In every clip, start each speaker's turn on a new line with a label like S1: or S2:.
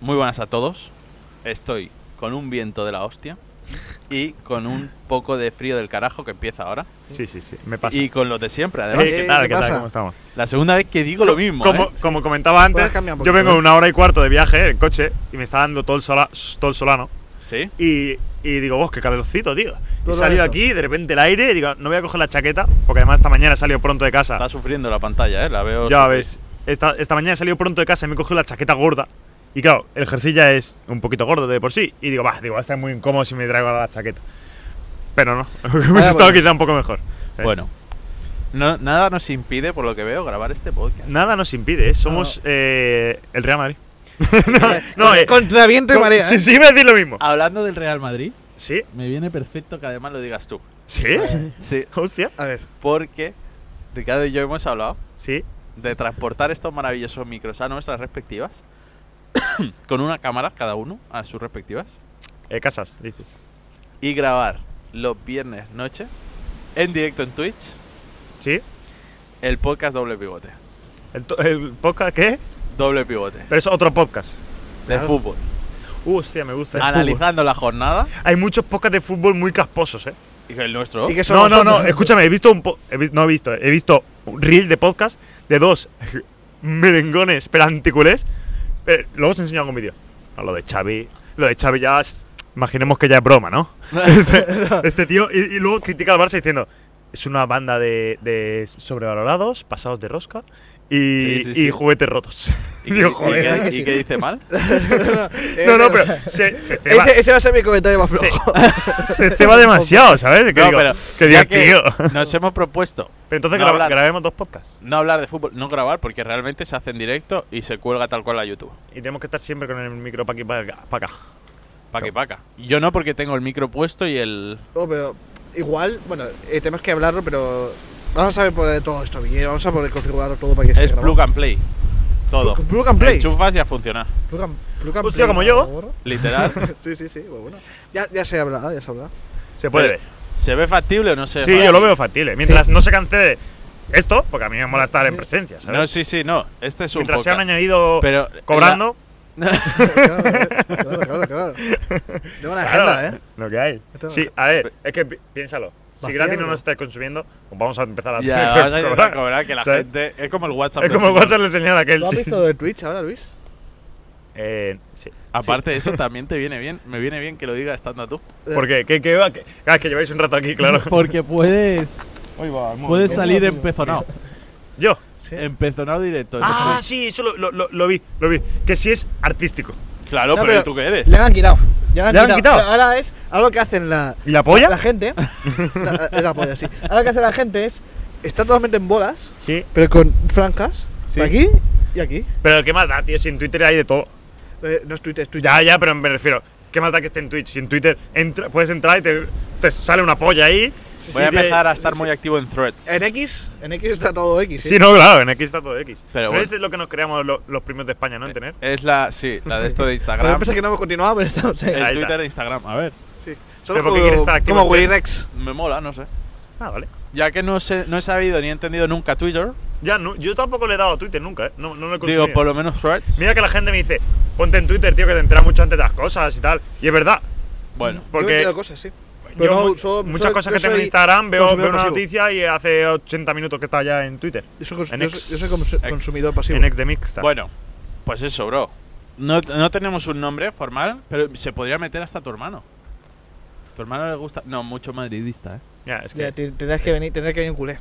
S1: Muy buenas a todos. Estoy con un viento de la hostia y con un poco de frío del carajo que empieza ahora.
S2: Sí, sí, sí. Me pasa.
S1: Y con los de siempre, además.
S2: Hey, ¿Qué
S3: Eh,
S2: tal?
S3: ¿qué
S2: ¿Qué tal?
S3: pasa?
S2: ¿Cómo estamos?
S1: La segunda vez que digo lo mismo.
S2: Como,
S1: ¿eh?
S2: como comentaba antes,
S3: Puedes cambiar un
S2: yo
S3: poquito,
S2: vengo de
S3: ¿eh?
S2: una hora y cuarto de viaje en coche y me está dando todo el, sola- todo el solano.
S1: Sí.
S2: Y, y digo, vos, qué calorcito, tío. Y
S3: Todo
S2: salido
S3: esto.
S2: aquí, de repente el aire, y digo, no voy a coger la chaqueta, porque además esta mañana he salido pronto de casa.
S1: Está sufriendo la pantalla, ¿eh? La veo.
S2: Ya
S1: sufrir.
S2: ves, esta, esta mañana he salido pronto de casa y me he cogido la chaqueta gorda. Y claro, el jersey ya es un poquito gordo de por sí. Y digo, va, digo, va a estar muy incómodo si me traigo la chaqueta. Pero no, hubiese
S3: Vaya, pues.
S2: estado
S3: bueno.
S2: quizá un poco mejor. ¿sabes?
S1: Bueno. No- nada nos impide, por lo que veo, grabar este podcast.
S2: Nada nos impide, ¿eh? somos eh, el Real Madrid. no, no, eh,
S3: Contra viento y
S2: con-
S3: marea.
S2: Sí,
S3: ¿eh?
S2: sí, iba a decir lo mismo.
S1: Hablando del Real Madrid,
S2: ¿Sí?
S1: me viene perfecto que además lo digas tú.
S2: ¿Sí?
S1: Sí.
S2: Hostia.
S3: A ver,
S1: Porque Ricardo y yo hemos hablado
S2: Sí.
S1: de transportar estos maravillosos micros a nuestras respectivas con una cámara cada uno a sus respectivas
S2: Eh, casas, dices.
S1: y grabar los viernes noche en directo en Twitch
S2: ¿Sí?
S1: el podcast Doble Pivote.
S2: ¿El, to- el podcast qué?
S1: Doble Pivote
S2: Pero es otro podcast.
S1: de
S3: Claro.
S1: fútbol.
S2: Uh, hostia, me gusta. el fútbol.
S1: Analizando la jornada
S2: Hay muchos podcasts de fútbol muy casposos, ¿eh?
S1: y el nuestro.
S3: ¿y qué son ¿eh?
S2: No, no, no,
S3: vosotros?
S2: escúchame, he visto un po- he vis- no he visto, he visto reels de podcast de dos merengones peranticulés. Pero luego os enseño algún vídeo. No, lo de Xavi, lo de Xavi ya es- imaginemos que ya es broma, ¿no? Este, este tío y, y luego critica al Barça diciendo, es una banda de, de sobrevalorados, pasados de rosca y,
S1: Sí, sí, sí.
S2: y juguetes rotos.
S1: ¿Y,
S2: Digo,
S1: qué- y
S2: joder.
S1: qué- y qué dice mal?
S3: Eh,
S2: No, no,
S3: o
S2: pero
S3: sea,
S2: se, se ceba,
S3: Ese, ese va a ser mi comentario más flojo.
S2: se, ceba demasiado, ¿sabes? Que
S1: No,
S2: digo,
S1: pero
S2: que
S1: ya
S2: digo, tío.
S1: que nos hemos propuesto
S2: Pero entonces
S1: no
S2: gra-
S1: hablar.
S2: grabemos dos podcasts.
S1: no hablar de fútbol, no grabar, porque realmente se hace en directo y se cuelga tal cual a YouTube.
S2: Y tenemos que estar siempre con el micro para aquí, para acá. pa' acá.
S1: Paca y paca. Yo no, porque tengo el micro puesto y el.
S3: Oh, pero igual, bueno, eh, tenemos que hablarlo, pero vamos a ver por de todo esto bien, vamos a poder configurarlo todo para que esté
S1: Es
S3: grabado.
S1: plug and play. Todo.
S3: Plug- Plug and play.
S1: Enchufas y a funcionar.
S3: Plug and, plug and
S2: Hostia,
S3: play,
S2: como
S3: por
S2: yo.
S3: favor.
S1: Literal.
S3: sí, sí, sí, bueno, bueno. Ya, ya se habla, ya se habla.
S2: Se puede ver.
S1: ¿Se ve factible o no se
S2: Sí,
S1: ve
S2: yo lo
S1: factible?
S2: veo factible. Mientras no se cancele esto, porque a mí me mola estar en presencia,
S1: No,
S2: ¿sabes?
S1: sí, sí, no. Este es un
S2: Mientras se han
S1: podcast.
S2: añadido
S1: Pero
S2: cobrando.
S3: Claro, claro, claro, claro. Tengo una
S2: claro,
S3: agenda, ¿eh?
S2: Lo que hay.
S3: Esto-
S2: Sí, a ver, es que pi- piénsalo. Si
S3: Vacía,
S2: gratis no
S3: ¿no?
S2: nos estáis consumiendo, pues vamos a empezar
S1: la-
S2: a hacer
S1: ya, vas a intentar
S2: cobrar.
S1: cobrar que la
S2: ¿Sabes?
S1: gente. Es como el WhatsApp.
S2: Es
S1: del
S2: como el
S1: señor.
S2: WhatsApp le enseñar a aquel.
S3: ¿Lo has
S2: sí.
S3: visto de Twitch ahora, Luis?
S2: Eh, sí.
S1: Aparte, eso también te viene bien. Me viene bien que lo digas estando tú.
S2: Porque qué, qué va? Que- ah, que lleváis un rato aquí, claro.
S1: Porque puedes. Puedes salir empezonado.
S2: Yo.
S3: Sí.
S1: Empezonado directo.
S2: Ah, sí, eso lo, lo- lo- lo vi, lo vi. Que sí es artístico.
S1: Claro,
S3: No,
S1: pero,
S3: pero-
S1: ¿y tú qué eres?
S3: Le han quitado. Ya
S2: ¿Le han quitado?
S3: Pero Ahora es algo que hacen la,
S2: ¿Y la polla?
S3: la gente. la, es la polla, sí. Ahora que hace la gente es. Está totalmente en bolas,
S2: Sí.
S3: pero con franjas.
S2: Sí.
S3: de Aquí y aquí.
S2: Pero qué más da, tío, si en Twitter hay de todo.
S3: Eh, no es Twitter, es Twitch.
S2: Ya, ya, pero me refiero, ¿qué más da que esté en Twitch? Si en Twitter entra- puedes entrar y te, te sale una polla ahí.
S1: Voy a empezar a estar muy activo en threads.
S3: En X, en X está todo X.
S2: Sí,
S3: ¿sí?
S2: no, claro, en X está todo X.
S1: Pero
S2: Pero
S1: bueno.
S2: es lo que nos creamos lo- los primos de España, ¿no? En tener.
S1: Es la. Sí, la de esto de
S3: Lo que
S1: Instagram.
S3: pasa es que no hemos continuado, pero estamos ahí.
S2: Eh,
S1: El
S2: Ahí está.
S1: Twitter e Instagram. A ver.
S3: Sí. Solo
S2: ¿por qué
S3: como-
S2: quieres estar activo
S3: como
S2: en
S3: Willy
S2: Twitter?
S3: Rex.
S1: Me mola, no sé.
S2: Ah, vale.
S1: Ya que no, sé, no he sabido ni he entendido nunca Twitter,
S2: Ya, no- yo tampoco le he dado a Twitter nunca, ¿eh? No, no lo he consumido.
S1: digo por lo menos threads.
S2: Mira que la gente me dice, ponte en Twitter, tío, que te enteras mucho antes de las cosas y tal. Y es verdad.
S1: Bueno,
S3: Yo
S2: Porque
S3: entiendo cosas, sí. Pero
S2: yo
S3: no,
S2: mu-
S3: so-
S2: muchas
S3: so-
S2: cosas
S3: yo
S2: que tengo en
S3: soy
S2: Instagram veo,
S3: consumidor
S2: veo una
S3: pasivo.
S2: noticia y hace 80 minutos que está ya en Twitter.
S3: Yo soy, cons-
S2: En
S3: yo
S2: X.
S3: soy- yo soy cons-
S1: X.
S3: consumidor pasivo.
S2: En ex de Mix.
S1: bueno, pues eso, bro. No, no tenemos un nombre formal, pero se podría meter hasta tu hermano. Tu hermano le gusta. No, mucho madridista, ¿eh?
S2: Ya, es que.
S3: Ya, te- tendrás que venir, tendrás que venir un culé.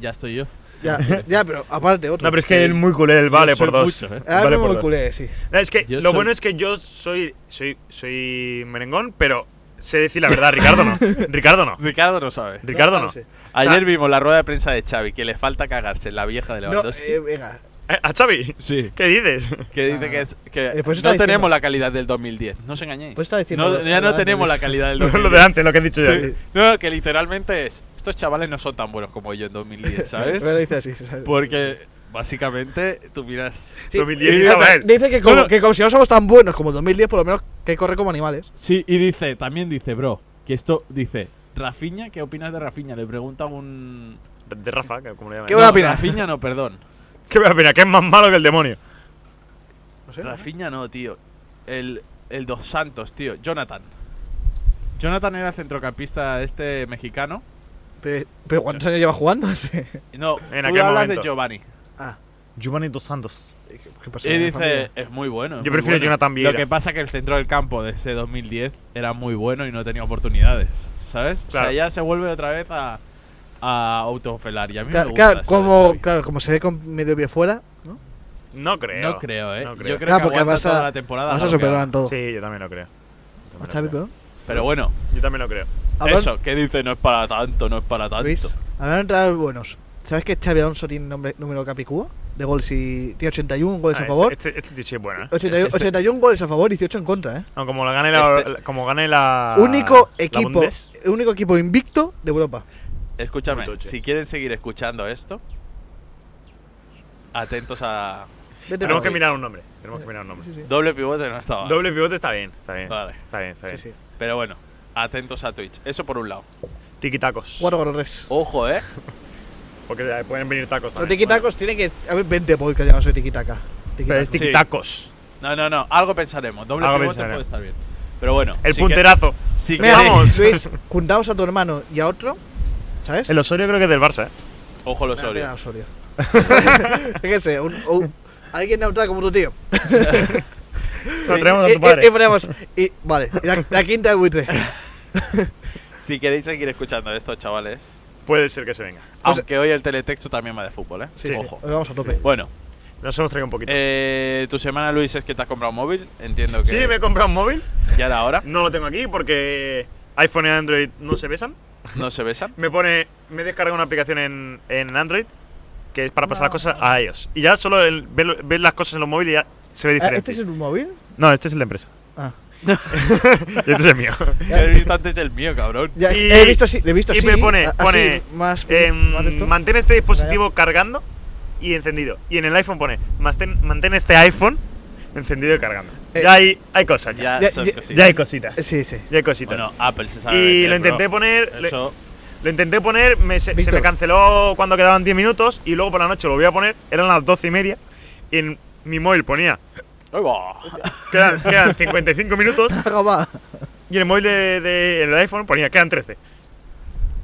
S1: Ya estoy yo.
S3: Ya, ya, pero aparte otro.
S2: No, pero es que el muy culé, el vale
S1: Yo soy
S2: por dos.
S1: mucho, ¿eh?
S2: El
S3: Ahora
S2: vale
S3: mismo
S2: por
S3: el
S2: dos.
S3: Ah, culé, sí.
S2: No, es que
S1: Yo
S2: lo
S1: soy-
S2: bueno es que yo soy, soy, soy merengón, pero sé decir la verdad. Ricardo no. Ricardo no.
S1: Ricardo no sabe.
S2: Ricardo no.
S3: Ah, sí.
S1: Ayer
S2: O sea-
S1: vimos la rueda de prensa de Xavi, que le falta cagarse en la vieja de
S3: No,
S1: Lewandowski.
S3: eh, venga.
S2: Eh, ¿A Xavi?
S1: sí.
S2: ¿Qué dices?
S1: Que dice
S3: Ah.
S1: que, es- que
S3: Eh, pues
S1: no
S3: está
S1: tenemos
S3: diciendo-
S1: la calidad del 2010. No os engañéis.
S3: Pues está diciendo
S1: No,
S3: lo-
S1: ya
S3: lo
S1: no
S3: de
S1: tenemos la
S3: antes.
S1: calidad del 2010.
S2: lo de antes, lo que he dicho
S1: Sí.
S2: yo.
S1: No, que literalmente es. Estos chavales no son tan buenos como yo en 2010, ¿sabes?
S3: Pero dice así, ¿sabes?
S2: Pues
S1: Porque básicamente tú miras.
S3: Sí,
S2: 2010
S3: eh,
S2: estaba él.
S3: Dice que como,
S1: No, no.
S3: que como si no somos tan buenos como el 2010, por lo menos que corre como animales.
S1: Sí, y dice, también dice, bro, que esto dice. Rafiña, ¿qué opinas de Rafiña? Le pregunta un.
S2: De Rafa, que como le llaman.
S3: ¿Qué voy a opinar?
S1: Rafiña no, perdón.
S2: ¿Qué voy a opinar? Que es más malo que el demonio.
S3: No sé.
S1: Rafiña no, tío. el, el Dos Santos, tío. Jonathan. Jonathan era centrocampista este mexicano.
S3: Pero, pero ¿cuántos años lleva jugando? Sí.
S1: No,
S2: En
S1: tú
S2: aquel
S1: hablas
S2: momento.
S1: de Giovanni.
S3: Ah,
S2: Giovanni Dos Santos.
S3: ¿qué-
S1: Y
S3: qué pasa? Pues, ¿La
S1: dice,
S3: familia?
S1: es muy bueno. es
S2: Yo
S1: muy
S2: prefiero
S1: bueno".
S2: Jonathan Vieira.
S1: Lo que pasa que el centro del campo de ese 2010 era muy bueno y no tenía oportunidades, ¿sabes? O
S2: Claro.
S1: sea, ya se vuelve otra vez a, a autofelar. Y a mí
S3: Claro,
S1: me gusta eso
S3: claro,
S1: de
S3: como,
S1: Xavi.
S3: claro, como se ve con medio pie fuera, ¿no?
S2: No creo.
S1: No creo, ¿eh?
S2: No creo.
S1: Yo creo
S3: Claro,
S1: que
S3: Ah, porque
S1: aguanta
S3: vas a-
S1: toda la temporada.
S3: Vamos a
S1: lo que
S3: superar
S1: haga.
S3: todo.
S2: Ah, Sí, yo también lo creo. Yo
S3: A
S2: también
S3: Xavi,
S2: lo creo.
S3: perdón.
S1: Pero bueno,
S2: Yo también lo creo.
S3: Hablando-
S1: eso, ¿qué dice? No es para tanto, no es para tanto.
S3: ¿Veis? Hablando de entrenadores buenos. ¿Sabes que Xavi Alonso tiene nombre, número capicúa? De goles y tiene 81 goles
S2: Ah,
S3: a
S2: este-
S3: favor.
S2: Este, este, tío sí es bueno, ¿eh?
S3: 81,
S1: este-
S3: 81 goles a favor y 18 en contra, ¿eh?
S2: No, como, la gane la,
S1: Este-
S2: la- como gane la.
S3: único
S2: Ah, la
S3: equipo,
S2: Bundes.
S3: único equipo invicto de Europa.
S1: Escúchame,
S2: Muy tocho.
S1: si quieren seguir escuchando esto, atentos a.
S3: Vete
S2: Tenemos
S3: para
S2: que
S3: ahí.
S2: mirar un nombre. Tenemos que mirar un nombre.
S3: Sí, sí.
S1: Doble pivote no estaba.
S2: Doble pivote está bien. Está bien.
S1: Vale.
S2: Está bien, está
S3: Sí,
S2: bien.
S3: sí.
S1: Pero bueno, atentos a Twitch. Eso por un lado.
S2: Tiki-tacos.
S3: Cuatro goles.
S1: Ojo, ¿eh?
S2: Porque eh, pueden venir tacos.
S3: Los
S2: también.
S3: tiquitacos tienen que haber 20 podcasts, ya no soy tiquitaca.
S2: Pero es
S1: Sí.
S2: tiki-tacos.
S1: No, no, no. Algo pensaremos. Doble
S2: Algo
S1: pivote
S2: pensaremos.
S1: puede estar bien. Pero bueno.
S2: El
S1: si
S2: punterazo.
S1: que- si
S2: Venga,
S1: queréis-
S2: vamos.
S3: Luis, juntamos a tu hermano y a otro, ¿sabes?
S2: El Osorio creo que es del Barça, ¿eh?
S1: Ojo los
S3: Venga, venga,
S1: Osorio.
S3: Osorio. Fíjense, un, un- alguien neutral como tu tío.
S2: Lo traemos a
S3: Y- y-
S2: tu padre.
S3: y ponemos- y- vale, y la, la quinta de buitre.
S1: Si queréis seguir escuchando esto, chavales.
S2: Puede ser que se venga.
S3: O sea-
S1: Aunque hoy el teletexto también va de fútbol, ¿eh?
S3: Sí, sí,
S1: Ojo.
S3: hoy vamos a tope.
S1: Bueno,
S2: Nos hemos traído un poquito.
S1: eh, tu semana, Luis, es que te has comprado un móvil. Entiendo que
S2: Sí, me he comprado un móvil.
S1: ya era hora.
S2: No lo tengo aquí porque iPhone y Android no se besan.
S1: No se besan.
S2: Me pone. Me he descargado una aplicación en, en Android que es para
S3: Ah.
S2: pasar las cosas a ellos. Y ya solo el- ver lo- ver las cosas en los móviles y ya se ve
S3: Ah,
S2: diferente.
S3: ¿Este es un móvil?
S2: No, este es el de empresa.
S3: Ah.
S2: y este es el mío.
S1: He visto antes el mío, cabrón.
S3: Ya,
S2: Y-
S3: he visto así, le he visto
S2: y
S3: así.
S2: me pone-
S3: a- así,
S2: pone,
S3: más,
S2: Em,
S3: más de esto.
S2: mantén este dispositivo cargando y encendido. Y en el iPhone pone mantén, mantén este iPhone encendido y cargando.
S3: Eh,
S2: ya hay, hay cosas. Ya,
S1: Ya,
S3: Ya-
S1: son
S3: ya-
S1: cositas.
S2: ya hay cositas.
S3: Eh, Sí, sí.
S2: Ya hay cositas.
S1: Bueno, Apple se sabe.
S2: y
S1: vender,
S2: lo intenté
S1: bro.
S2: poner. le-
S1: Eso,
S2: Lo intenté poner, me- se, se
S3: Víctor.
S2: me canceló cuando quedaban 10 minutos y luego por la noche lo voy a poner, eran las 12 y media, y en mi móvil ponía,
S1: Ahí va.
S2: quedan, quedan 55 minutos,
S3: Venga, va.
S2: y en el móvil del de, en el iPhone ponía, quedan 13.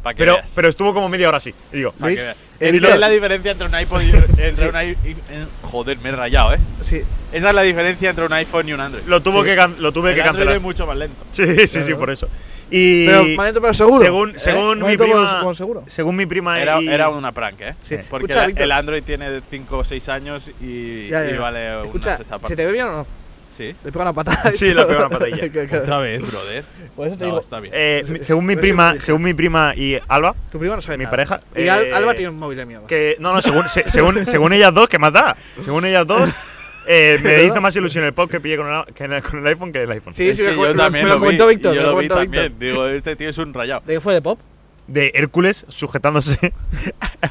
S1: Pa' que
S2: Pero,
S1: veas.
S2: pero estuvo como media hora así, y digo,
S1: Pa' que
S3: Luis,
S1: veas.
S3: eh,
S1: Es que
S3: Víctor.
S1: es la diferencia entre un iPod y entre
S3: Sí.
S1: un i- en- Joder, me he rayado, ¿eh?
S3: Sí,
S1: Esa es la diferencia entre un iPhone y un Android.
S2: lo, tuvo
S3: Sí.
S2: que, can- lo tuve
S1: El
S2: que
S1: Android
S2: cancelar.
S1: es mucho más lento.
S2: Sí, sí, sí,
S3: Claro.
S2: por eso. Y
S3: Pero malento pero seguro.
S2: según, según, mi
S3: Malento pero
S2: prima,
S3: con seguro.
S2: según mi prima...
S1: Era,
S2: Ah, y-
S1: era una prank, ¿eh?
S3: Sí.
S1: Porque
S3: Escucha,
S1: la-
S3: Víctor.
S1: el Android tiene 5 o 6 años y,
S3: Ya, ya,
S1: y
S3: ya.
S1: vale
S3: Escucha,
S1: una sexta
S3: ¿se
S1: parte.
S3: te ve bien o no?
S1: Sí.
S3: Le pego una patada.
S2: Sí, le pego una patadilla.
S3: Que- que-
S1: Otra vez, brother.
S3: Por eso te
S1: No,
S3: digo,
S1: está bien.
S2: eh, mi- según mi
S3: Pero soy
S2: prima,
S3: muy-
S2: según mi prima y Alba,
S3: tu prima no sabe
S2: mi
S3: nada.
S2: pareja,
S3: Y Al-
S2: eh,
S3: Alba tiene un móvil de mierda.
S2: Que, no, no, según, se- según, según ellas dos, ¿qué más da? Según ellas dos, eh, me hizo más ilusión el pop que pillé con el, que en- con el iPhone que el iPhone.
S3: Sí,
S1: Es
S3: sí,
S1: que
S3: me, lo-
S1: yo también
S3: me lo
S1: vi,
S3: comentó Víctor.
S1: y Yo
S3: me
S1: lo vi
S3: comentó Víctor.
S1: también. Digo, este tío es un rayado.
S3: ¿De qué fue de pop?
S2: De Hércules sujetándose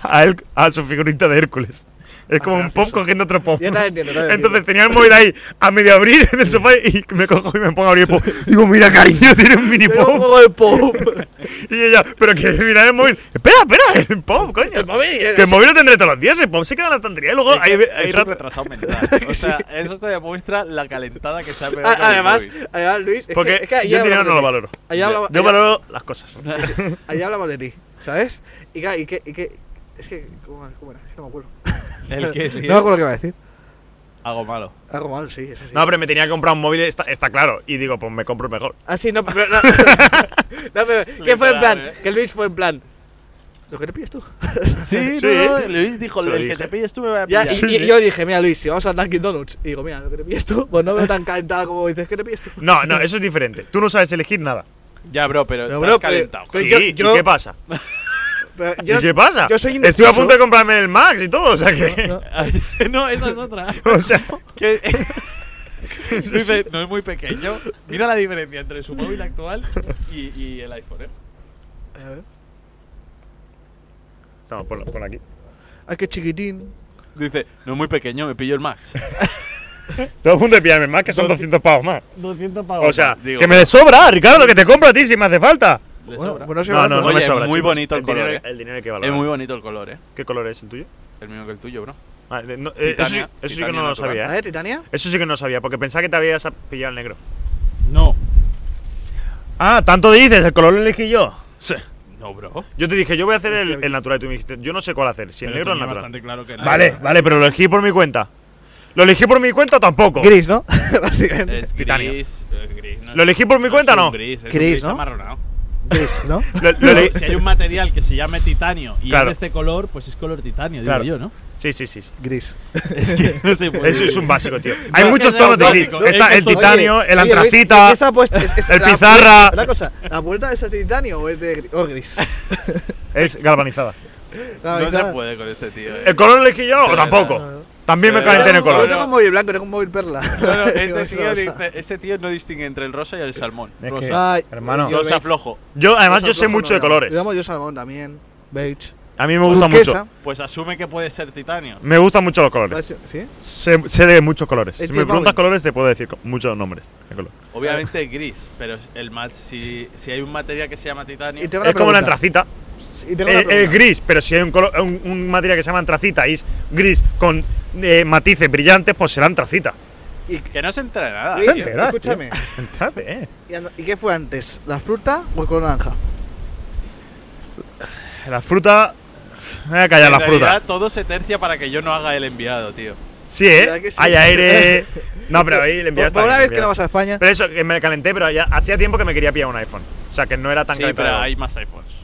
S2: a, él- a su figurita de Hércules. Es como un pop cogiendo otro pop.
S3: Ya te entiendo, ya te
S2: Entonces
S3: entiendo.
S2: tenía el móvil ahí a medio abrir en el sofá y me cojo y me pongo a abrir el pop. Digo, mira cariño, tiene un mini
S3: Era un
S2: pop.
S3: juego de pop.
S2: Y ella, pero quieres mirar el móvil. Espera, espera, el pop, coño. Que el móvil lo tendré todos los días, el pop se queda en la estantería y luego
S1: Es
S2: hay,
S1: que
S2: hay
S1: es un
S2: rato-
S1: retrasado mental. O sea, eso te demuestra la calentada que se ha pegado.
S3: Ah,
S1: con el
S3: Además,
S1: móvil.
S3: además, Luis. es que-
S2: Porque
S3: es que ayer
S2: yo el dinero no
S3: hablamos
S2: lo
S3: de ti.
S2: valoro.
S3: Ayer hablamos-
S2: Yo
S3: ayer-
S2: valoro las cosas.
S3: Ayer hablamos de ti, ¿sabes? Y claro, y que. Y que es que. ¿Cómo cómo era? Es que no me acuerdo.
S1: El que sí,
S3: No me acuerdo qué iba a decir.
S1: Algo malo.
S3: Algo malo, Ah, sí, eso sí.
S2: No, pero me tenía que comprar un móvil, está, está claro. Y digo, pues me compro el mejor.
S3: Ah, sí, no, pero. No, No, pero. ¿Qué fue en
S1: Literal,
S3: plan?
S1: eh.
S3: Que Luis fue en plan. ¿Lo que te pillas tú?
S1: Sí,
S2: Sí.
S1: no, no, Luis dijo,
S2: Se lo
S1: el que
S2: dije.
S1: te pilles tú me va a
S3: Ya,
S1: pillar.
S3: y, y- y yo dije, mira Luis, si vamos a Dunkin' Donuts, y digo, mira, lo que te pillas tú, pues no veo tan calentada como dices que te pillas tú.
S2: No, no, eso es diferente. Tú no sabes elegir nada.
S1: Ya, bro, pero te
S3: Pero, bro,
S1: has
S3: pero-
S1: calentado.
S3: pero
S2: Sí,
S3: yo-
S2: ¿y
S3: yo-
S2: qué pasa?
S3: Pero yo-
S2: ¿Y qué pasa?
S3: Yo soy indeciso.
S2: Estoy a punto de comprarme el Max y todo, o sea que.
S3: No.
S1: no, esa es otra.
S2: O sea,
S1: Que- Dice, no es muy pequeño. Mira la diferencia entre su móvil actual y, y el iPhone, ¿eh?
S3: A ver.
S2: no, ponlo, ponlo aquí.
S3: Ay, qué chiquitín.
S1: Dice, no es muy pequeño, me pillo el Max.
S2: Estoy a punto de pillarme el Max, que son 200 pavos más.
S1: 200 pavos.
S2: O sea,
S1: Digo,
S2: que me sobra, Ricardo, que te compro a ti si me hace falta.
S1: le
S3: Bueno,
S1: sobra.
S3: bueno, sí,
S2: No, no, no
S1: Oye,
S2: me sobra.
S1: muy
S2: chicos.
S1: bonito el color,
S2: Dinero,
S1: eh.
S2: el dinero hay que
S1: es
S2: valorar.
S1: muy bonito el color, ¿eh?
S2: ¿Qué color es el tuyo?
S1: El mismo que el tuyo, bro.
S2: Ah, de- no, eh, eso sí,
S1: Titania,
S2: eso sí que
S1: Titania
S2: no lo
S1: natural.
S2: sabía,
S3: ¿Ah,
S2: ¿eh?
S3: eh, Titania?
S2: Eso sí que no lo sabía, porque pensaba que te habías pillado el negro.
S1: No.
S2: Ah, tanto dices, el color lo elegí yo. Sí.
S1: No, bro.
S2: Yo te dije, yo voy a hacer el, el natural y tú me dijiste, yo no sé cuál hacer, si el
S1: Pero
S2: negro o el
S1: tenía
S2: natural.
S1: bastante claro que era-
S2: Vale, vale, pero lo elegí por mi cuenta. ¿Lo elegí por mi cuenta o tampoco?
S3: Gris, ¿no? Básicamente.
S1: Es
S2: Titanio.
S1: gris, eh, gris, no
S2: ¿Lo
S1: es-
S2: elegí por mi
S1: no
S2: cuenta
S1: es
S2: o
S1: un
S2: no?
S1: Gris, es un
S3: Gris,
S1: gris
S3: ¿no?
S1: amarronado.
S3: Gris, ¿no?
S2: Lo- lo ele-
S1: si hay un material que se llame titanio y es
S2: Claro.
S1: de este color, pues es color titanio, digo
S2: Claro.
S1: yo, ¿no?
S2: Sí, sí, sí. sí.
S3: Gris.
S1: Es que no se puede
S2: Eso es
S1: decir.
S2: un básico, tío.
S1: Más
S2: Hay
S1: que
S2: muchos
S1: sea
S2: tonos de gris.
S1: automático.
S2: Está
S1: Hay
S2: el
S1: cosas-
S2: titanio,
S3: Oye,
S2: el
S3: oye, Luis,
S2: antracita.
S3: esa apuesta- es- es-
S2: el
S3: la-
S2: pizarra.
S3: La cosa, ¿la vuelta es de titanio o es de gri- o gris?
S2: Es galvanizada.
S3: La
S1: No se
S3: verdad.
S1: puede con este tío. eh.
S2: ¿El color lo elegí yo o
S1: De
S2: tampoco?
S3: verdad.
S2: También me
S1: De
S2: calenté en el
S1: verdad.
S3: Yo
S2: color.
S3: tengo un móvil blanco, tengo un móvil perla.
S1: No, no,
S3: Digo,
S1: este
S3: eso
S1: tío
S3: pasa.
S1: dice- ese tío no distingue entre el rosa y el salmón.
S2: que-
S1: Rosa.
S3: Ay,
S2: Hermano.
S3: yo
S1: Rosa
S3: beige.
S1: flojo.
S2: Yo, además,
S3: Rosa
S2: yo sé
S3: flojo
S2: mucho de
S3: no le amo.
S2: colores.
S3: Le amo yo salmón también. Beige.
S2: A mí me gusta
S3: Turquesa.
S2: mucho.
S1: Pues asume que puede ser titanio.
S2: Me gustan mucho los colores.
S3: Parece- ¿Sí?
S2: Sé, sé de muchos colores. Si
S3: Este
S2: me preguntas
S3: móvil.
S2: colores, te puedo decir co- muchos nombres. de color.
S1: Obviamente gris, pero el mat- si, si hay un material que se llama titanio.
S3: Y tengo una
S2: Es como la
S3: pregunta.
S2: antracita.
S3: Y tengo una
S2: Eh, Es
S3: pregunta.
S2: gris, pero si hay un, color, un, un material que se llama antracita y es gris con eh, matices brillantes, pues será antracita.
S1: Que no se entera de nada.
S3: Luis,
S2: te enteras,
S3: escúchame.
S2: Entrate, eh.
S3: ¿Y ando- ¿Y qué fue antes? ¿La fruta o el color naranja?
S2: La fruta. Me voy a callar
S1: En
S2: la
S1: realidad,
S2: fruta.
S1: todo se tercia para que yo no haga el enviado, tío.
S2: Sí, eh.
S3: ¿Verdad que sí?
S2: Hay aire. No, pero ahí le
S3: Por,
S2: enviaste.
S3: por una vez que no vas a España.
S2: Pero eso, que me calenté, pero ya hacía tiempo que me quería pillar un iPhone. O sea, que no era tan
S1: Sí,
S2: calentado.
S1: pero hay más iPhones.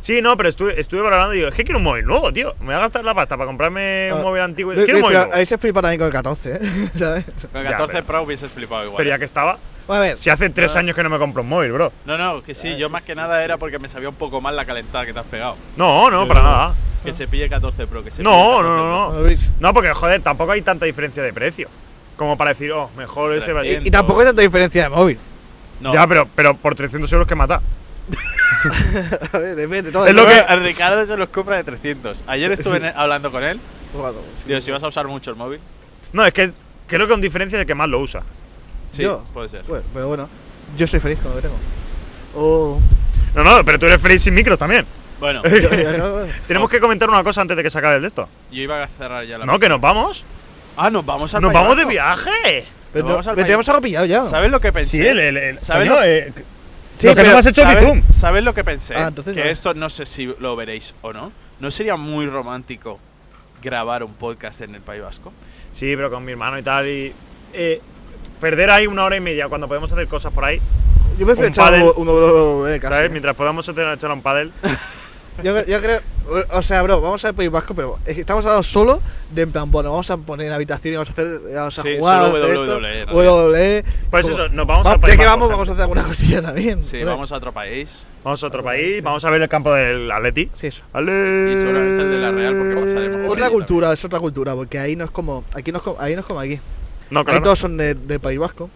S2: Sí, no, pero estuve, estuve valorando y digo, es que quiero un móvil nuevo, tío. Me voy a gastar la pasta para comprarme un
S3: Ah,
S2: móvil antiguo.
S3: Luis,
S2: Quiero un
S3: Luis,
S2: móvil
S3: pero
S2: nuevo.
S3: ahí se flipa también con el 14, ¿eh? ¿sabes?
S1: Con
S2: Ya,
S1: 14
S2: pero-
S1: Pro hubieses flipado igual. ¿eh?
S2: Pero ya que estaba.
S3: Bueno, a ver.
S2: Si hace tres años que no me compro un móvil, bro.
S1: No, no, que sí,
S3: Ah,
S1: yo
S3: sí,
S1: más que
S3: sí,
S1: nada era porque me sabía un poco mal la calentada que te has pegado.
S2: No, no,
S1: Yo
S2: para
S1: no.
S2: nada.
S1: Que se pille 14 Pro, que se pille
S2: Ah. No,
S1: 14
S2: no,
S1: Pro.
S2: no, no.
S3: Luis,
S2: No, porque joder, tampoco hay tanta diferencia de precio. Como para decir, oh, mejor ese va a
S1: Trescientos.
S2: ser.
S3: Y, y tampoco hay tanta diferencia de móvil.
S1: No.
S2: Ya, pero, pero por 300 euros que mata.
S3: A ver, depende. No,
S2: Es lo que-
S1: A Ricardo se los compra de 300. Ayer estuve
S3: Sí.
S1: en- hablando con él.
S3: Bueno, sí.
S1: Digo, si vas a usar mucho el móvil.
S2: No, es que creo que con diferencia es el que más lo usa.
S1: Sí,
S3: Yo.
S1: puede ser.
S3: Bueno, pero bueno, yo soy feliz con lo que tengo. Oh.
S2: No, no, pero tú eres feliz sin micros también.
S1: Bueno,
S2: Eh.
S3: yo- yo- yo-
S2: Tenemos que comentar una cosa antes de que se acabe el de esto.
S1: yo iba a cerrar ya la.
S2: No, que nos vamos.
S1: Ah, nos vamos al
S2: Nos vamos de
S1: País
S2: viaje.
S3: pero
S1: vamos al
S3: pero tenemos algo pillado ya.
S1: Vasco. ¿Sabes lo que pensé? ¿Sabes lo-
S2: eh,
S3: Sí,
S2: lo que
S1: pero
S2: no has hecho
S1: ¿sabes-
S2: ni zoom.
S1: ¿Sabes lo que pensé?
S3: Ah, entonces
S1: que
S3: no.
S1: esto no sé si lo veréis o no. ¿No sería muy romántico grabar un podcast en el País Vasco?
S3: Mm.
S2: Sí, pero con mi hermano y tal. Y eh, perder ahí una hora y media cuando podemos hacer cosas por ahí.
S3: Yo me fui
S2: un
S3: a echar
S2: pádel.
S3: un un euro de casa.
S2: ¿Sabes? Mientras podamos hacer- echar un pádel.
S3: eh, Yo, yo creo. O sea, bro, vamos al País Vasco, pero es que estamos hablando solo de en plan, bueno, vamos a poner en habitación y vamos a hacer. Vamos a
S1: Sí,
S3: jugar.
S1: solo
S3: vamos a hacer esto,
S1: WWE, no sé.
S3: WWE.
S2: Pues
S3: como-
S2: eso, nos vamos
S3: Va-
S2: al País
S3: Ya que
S2: Vasco,
S3: vamos,
S2: gente.
S3: vamos a hacer alguna cosilla también.
S1: Sí,
S3: ¿vale?
S1: vamos a otro país.
S2: Vamos a otro
S3: Ah,
S2: país,
S3: sí.
S2: vamos a ver el campo del Atleti.
S3: Sí, eso.
S2: Ale.
S1: Y seguramente el de la Real, porque
S2: Eh,
S1: pasaremos por
S3: Otra
S1: allí
S3: cultura, es otra cultura, porque ahí no es como. Aquí no es como ahí. No es como aquí.
S2: No,
S3: Ahí
S2: claro.
S3: todos son de, de País Vasco,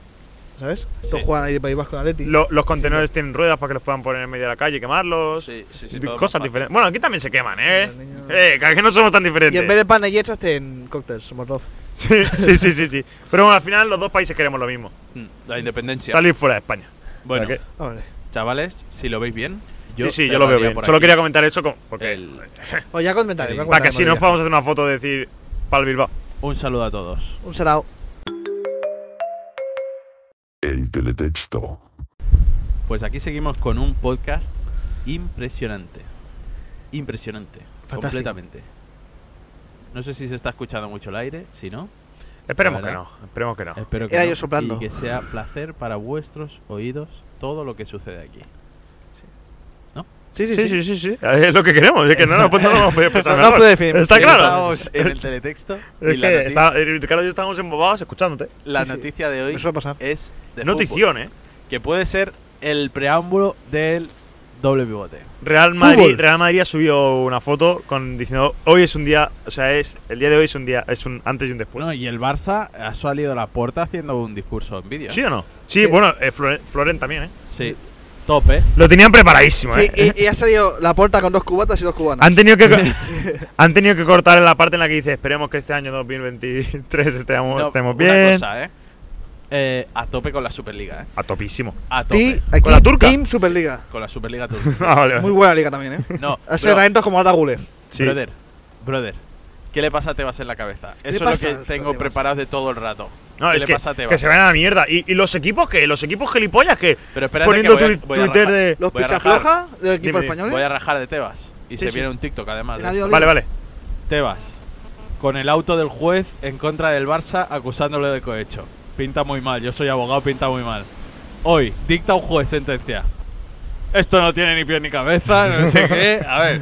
S3: ¿sabes? Todos
S1: Sí.
S3: juegan ahí de País Vasco en Atleti.
S2: Lo- los contenedores tienen ruedas para que los puedan poner en medio de la calle y quemarlos.
S1: Sí, sí, sí,
S2: Di-
S1: todo más
S2: cosas
S1: fácil.
S2: diferentes. Bueno, aquí también se queman, ¿eh?
S3: Los niños-
S2: Eh, que aquí no somos tan
S3: y
S2: diferentes.
S3: en vez de panellets hacen cócteles, Molotov.
S2: sí, sí, sí, sí, sí. Pero bueno, al final los dos países queremos lo mismo.
S1: Mm, La independencia.
S2: Salir fuera de España.
S1: bueno,
S2: ¿Para qué?
S3: Hombre.
S1: chavales, si lo veis bien.
S2: sí, sí, yo lo veo
S1: cerraría
S2: bien.
S1: por aquí
S2: Solo
S1: Eh,
S2: quería comentar eso con- porque
S1: el-
S3: O Oh, ya comentaré.
S1: Sí.
S3: me
S2: para
S3: acuerdo
S2: que si nos
S3: otro día.
S2: podamos hacer una foto de decir para el Bilbao.
S1: Un saludo a todos.
S3: Un salado.
S4: El teletexto.
S1: Pues aquí seguimos con un podcast impresionante. Impresionante.
S3: Fantástico.
S1: Completamente. No sé si se está escuchando mucho el aire, si no,
S2: Esperemos que
S1: Vale. Eh,
S2: no, esperemos que no.
S1: espero que
S3: Era
S1: no,
S3: yo soplando.
S1: y que sea placer para vuestros oídos todo lo que sucede aquí.
S3: Sí, sí,
S2: Sí,
S3: sí.
S2: sí, sí, sí. Es lo que queremos, es que no, lo- pues no lo hemos podido
S3: No,
S2: pensar
S3: no
S2: mejor.
S3: puede definir.
S2: Está claro.
S1: Estamos en el teletexto y
S2: Es
S1: la,
S2: que
S1: noti-
S2: está- Ricardo y yo estábamos embobados escuchándote.
S1: la
S3: sí, sí.
S1: noticia de hoy
S3: Eso va a pasar.
S1: es de fútbol,
S2: Notición, ¿eh?
S1: que puede ser el preámbulo del doble pivote.
S2: Real Madrid,
S3: Fútbol.
S2: Real Madrid ha subido una foto con diciendo hoy es un día, o sea, es el día de hoy es un día, es un antes y un después.
S1: No, y el Barça ha salido a la puerta haciendo un discurso en vídeo. ¿eh?
S2: ¿Sí o no? Sí,
S3: Sí.
S2: bueno, eh, Flore- Floren también, ¿eh?
S1: Sí. Tope.
S2: Lo tenían preparadísimo,
S3: Sí,
S2: ¿eh?
S3: y, y ha salido la puerta con dos cubatas y dos cubanas.
S2: Han tenido, que, co- han tenido que cortar en la parte en la que dice esperemos que este año 2023 estemos,
S1: No,
S2: estemos
S1: una
S2: bien.
S1: cosa, ¿eh? Eh, a tope con la Superliga, ¿eh?
S2: A topísimo.
S1: A
S3: Ti,
S1: tope.
S3: aquí,
S2: Con la turca.
S3: Team Superliga.
S1: Con la Superliga turca.
S2: Ah, vale, vale.
S3: Muy buena liga también, ¿eh?
S1: No,
S3: Hace
S1: bro-
S3: herramientas como Arda Guler.
S2: Sí.
S1: brother, brother. ¿Qué le pasa a Tebas en la cabeza?
S3: le
S1: Eso es
S3: pasa
S1: lo
S3: a
S1: que tengo
S3: Tebas?
S1: preparado de todo el rato.
S2: No,
S1: ¿Qué
S2: es
S1: le
S2: que,
S1: pasa a Tebas?
S2: que se van a la mierda. ¿Y, y los equipos qué? ¿Los equipos gilipollas qué?
S1: Pero espérate
S2: Poniendo
S1: que voy a-
S2: tui-
S1: voy a
S2: Twitter
S1: rajar.
S2: de.
S3: Los
S1: Voy a rajar.
S3: pichafloja del equipo
S2: Dime.
S3: español.
S1: Voy a rajar de Tebas. Y
S2: Sí,
S1: se
S2: sí.
S1: viene un TikTok además. de
S3: Nadie
S1: esto.
S3: olvida.
S2: Vale, vale.
S1: Tebas. Con el auto del juez en contra del Barça acusándole de cohecho. Pinta muy mal, yo soy abogado, pinta muy mal. Hoy, dicta un juez sentencia. Esto no tiene ni pie ni cabeza, no sé qué. A ver,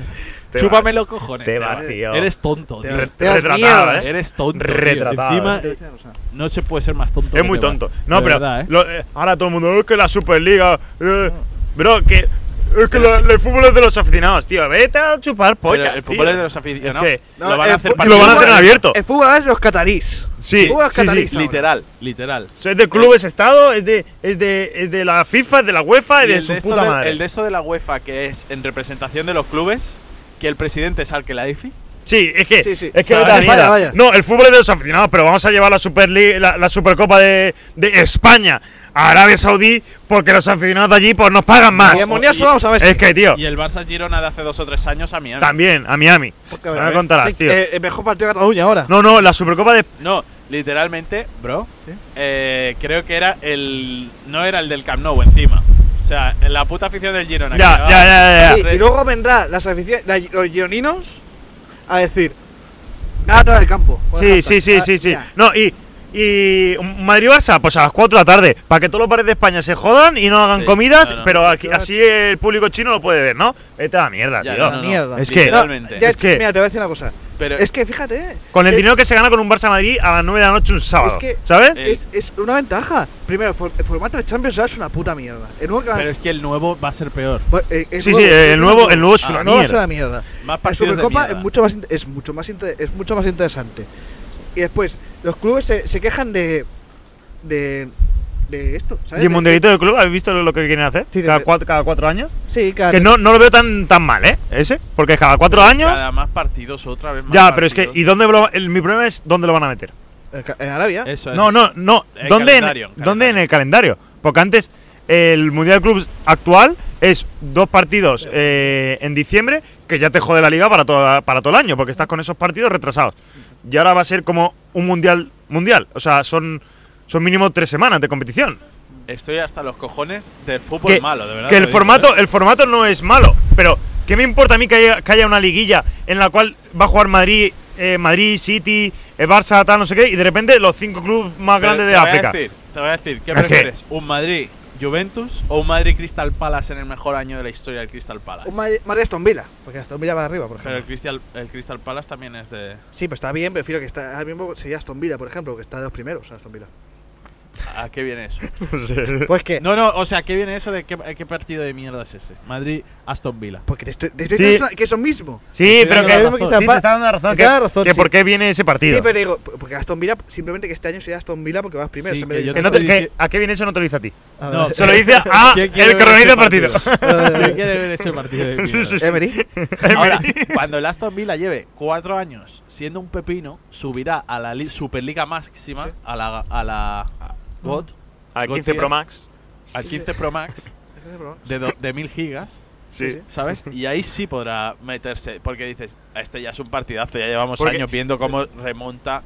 S2: Tebas.
S1: chúpame los cojones.
S2: Tebas, tío.
S1: Eres tonto, tío.
S3: Tebas.
S2: Re- Retratada,
S3: mierdas.
S2: ¿eh?
S1: Eres tonto. tío.
S2: Retratado.
S1: Encima,
S3: este,
S1: no se puede ser más tonto. que
S2: Es muy
S1: Tebas.
S2: tonto. No,
S1: De
S2: pero.
S1: verdad, ¿eh?
S2: lo- eh, ahora todo el mundo. Es que la Superliga. eh, bro, que. Es que
S1: Pero
S2: la-
S1: sí.
S2: el fútbol es de los aficionados, tío. Vete a chupar
S1: Pero
S2: pollas.
S1: el
S2: tío.
S1: fútbol es de los aficionados.
S2: Es que-
S3: No,
S1: lo van
S3: el
S1: a hacer
S3: fu-
S2: y lo van a hacer en
S1: partidos-
S2: abierto.
S3: El fútbol ahora es los catarís.
S2: Sí,
S3: El fútbol es
S2: sí, sí,
S3: catarís. ahora.
S1: Literal, literal.
S2: O sea, es de clubes estado, es de, es de, es de la FIFA, es de la UEFA y, de
S1: el
S2: su
S1: esto
S2: puta
S1: de-
S2: madre.
S1: el de esto de la UEFA, que es en representación de los clubes, que el presidente es al que la IFI.
S2: Sí, es que.
S3: Sí, sí.
S2: Es que
S3: Vaya,
S2: vete a la mierda.
S3: vaya.
S2: No, el fútbol es de los aficionados, pero vamos a llevar la, Superliga, la, la Supercopa de, de España a Arabia Saudí porque los aficionados de allí pues, nos pagan más.
S3: Y el mundial
S1: Y-
S3: solo vamos a ver si-
S2: Es que, tío,
S1: Y el Barça Girona de hace dos o tres años a Miami.
S2: también a Miami.
S3: Porque,
S2: Se
S3: a
S2: van a
S3: ver,
S2: contar,
S3: sí,
S2: tío.
S3: eh, el mejor partido de Cataluña ahora.
S2: No, no, la Supercopa de.
S1: No, literalmente, bro. eh, creo que era el. No era el del Camp Nou encima. O sea, la puta afición del Girona. que
S2: Ya,
S1: llevaba-
S2: ya, ya, ya,
S3: Sí,
S2: ya.
S1: Tres.
S3: y luego vendrá las aficiones, la- los gironinos a decir nada todo el campo. con el
S2: Sí,
S3: hashtag.
S2: sí, sí,
S3: Ah,
S2: sí, sí.
S3: ya.
S2: No, y. Y Madrid-Barça, pues a las 4 de la tarde, para que todos los bares de España se jodan y no hagan
S1: Sí,
S2: comidas,
S1: no, no.
S2: pero aquí, así el público chino lo puede ver, ¿no? Vete a la mierda,
S1: Ya,
S2: tío.
S1: no, no, no.
S3: Mierda.
S2: Es que-
S1: Literalmente.
S3: No, ya,
S2: Es que-
S3: Mira, te voy a decir una cosa.
S1: Pero
S3: Es que fíjate,
S2: Con el
S3: eh,
S2: dinero que se gana con un Barça Madrid a las 9 de la noche un sábado.
S3: Es que-
S2: ¿Sabes?
S1: Eh,
S3: es, es una ventaja. Primero, el for- el formato de Champions ya es una puta mierda. El nuevo que va a
S1: pero
S3: ser-
S1: es que el nuevo va a ser peor.
S3: eh, es
S2: sí,
S3: nuevo,
S2: sí, el nuevo, el nuevo es
S1: Ah,
S2: una
S3: El nuevo es
S2: mierda.
S3: una mierda.
S1: Más
S3: La
S1: partidos de
S3: Supercopa es
S1: mierda.
S3: mucho, más, in- es, mucho más, inte- es mucho más interesante. Y después, los clubes se, se quejan de, de. de esto, ¿sabes?
S2: ¿Y el
S3: De-
S2: mundialito del club? ¿Habéis visto lo que quieren hacer?
S3: Sí, sí,
S2: cada,
S3: sí.
S2: cuatro, cada cuatro años.
S3: Sí, claro.
S2: Que no, no lo veo tan, tan mal, ¿eh? Ese. Porque cada cuatro años.
S1: Cada más partidos, otra vez más.
S2: Ya, pero es que.
S1: partidos.
S2: ¿Y dónde lo- el- mi problema es dónde lo van a meter?
S3: En Ca- En Arabia.
S1: Eso es.
S2: No, no, no.
S1: El
S2: ¿Dónde, en,
S1: calendario,
S2: ¿Dónde en el calendario? Porque antes el Mundial de Clubs actual es dos partidos eh, en diciembre que ya te jode la liga para todo, para todo el año porque estás con esos partidos retrasados. Y ahora va a ser como un Mundial mundial. O sea, son, son mínimo tres semanas de competición.
S1: Estoy hasta los cojones del fútbol
S2: Que,
S1: Pues malo, de verdad.
S2: que
S1: te
S2: el,
S1: lo digo,
S2: formato,
S1: ¿eh?
S2: el formato no es malo, pero ¿qué me importa a mí que haya, que haya una liguilla en la cual va a jugar Madrid, eh, Madrid City, eh, Barça, tal, no sé qué, y de repente los cinco clubes más
S1: Pero
S2: grandes
S1: te
S2: de
S1: voy a
S2: África?
S1: decir, te voy a decir, ¿qué
S2: Es que-
S1: prefieres? ¿Un Madrid Juventus o un Madrid Crystal Palace en el mejor año de la historia del Crystal Palace?
S3: Un Madrid Madrid Aston Villa. Porque Aston Villa va arriba, por
S1: Pero
S3: ejemplo.
S1: el Crystal, el Crystal Palace también es de.
S3: Sí, pero está bien, prefiero que está, ahora mismo sería Aston Villa, por ejemplo, que está de los primeros Aston Villa.
S1: ¿A qué viene eso?
S2: No sé.
S3: Pues que,
S1: No, no, o sea, ¿a qué viene eso de qué, eh, qué partido de mierda es ese? Madrid Aston Villa.
S3: porque te estoy, te
S2: Sí.
S3: estoy diciendo que eso mismo.
S2: Sí,
S1: Estoy
S2: pero
S1: dando
S2: que.
S1: la
S2: Sí,
S1: razón.
S2: te está dando la razón.
S3: Te está
S2: Que,
S3: dando razón,
S2: que
S3: sí.
S2: por qué viene ese partido.
S3: Sí, pero digo, porque Aston Villa, simplemente que este año sería Aston Villa porque vas primero.
S1: Sí,
S3: siempre
S1: que yo
S2: Que
S3: dices-
S2: no te-
S1: Estoy
S2: que-
S1: diciendo-
S2: ¿A qué viene eso no te lo dice a ti?
S3: Ah,
S1: No,
S3: vale.
S2: Se lo dice a
S1: ¿Quién quiere
S2: el
S1: ver
S2: cronista
S1: ese
S2: del partido.
S1: ¿Quién quiere ver ese partido de mierda?
S2: Sí, sí, sí.
S3: Emery.
S1: Ahora, cuando el Aston Villa lleve cuatro años siendo un pepino, subirá a la li- Superliga máxima, a la. a la.
S2: Ah.
S1: God,
S2: A
S1: 15 Pro
S2: Max.
S1: al 15 Pro Max de, do- de 1000 gigas.
S3: Sí, sí.
S1: ¿Sabes? Y ahí sí podrá meterse. Porque dices, este ya es un partidazo, ya llevamos
S2: Porque-
S1: años viendo cómo remonta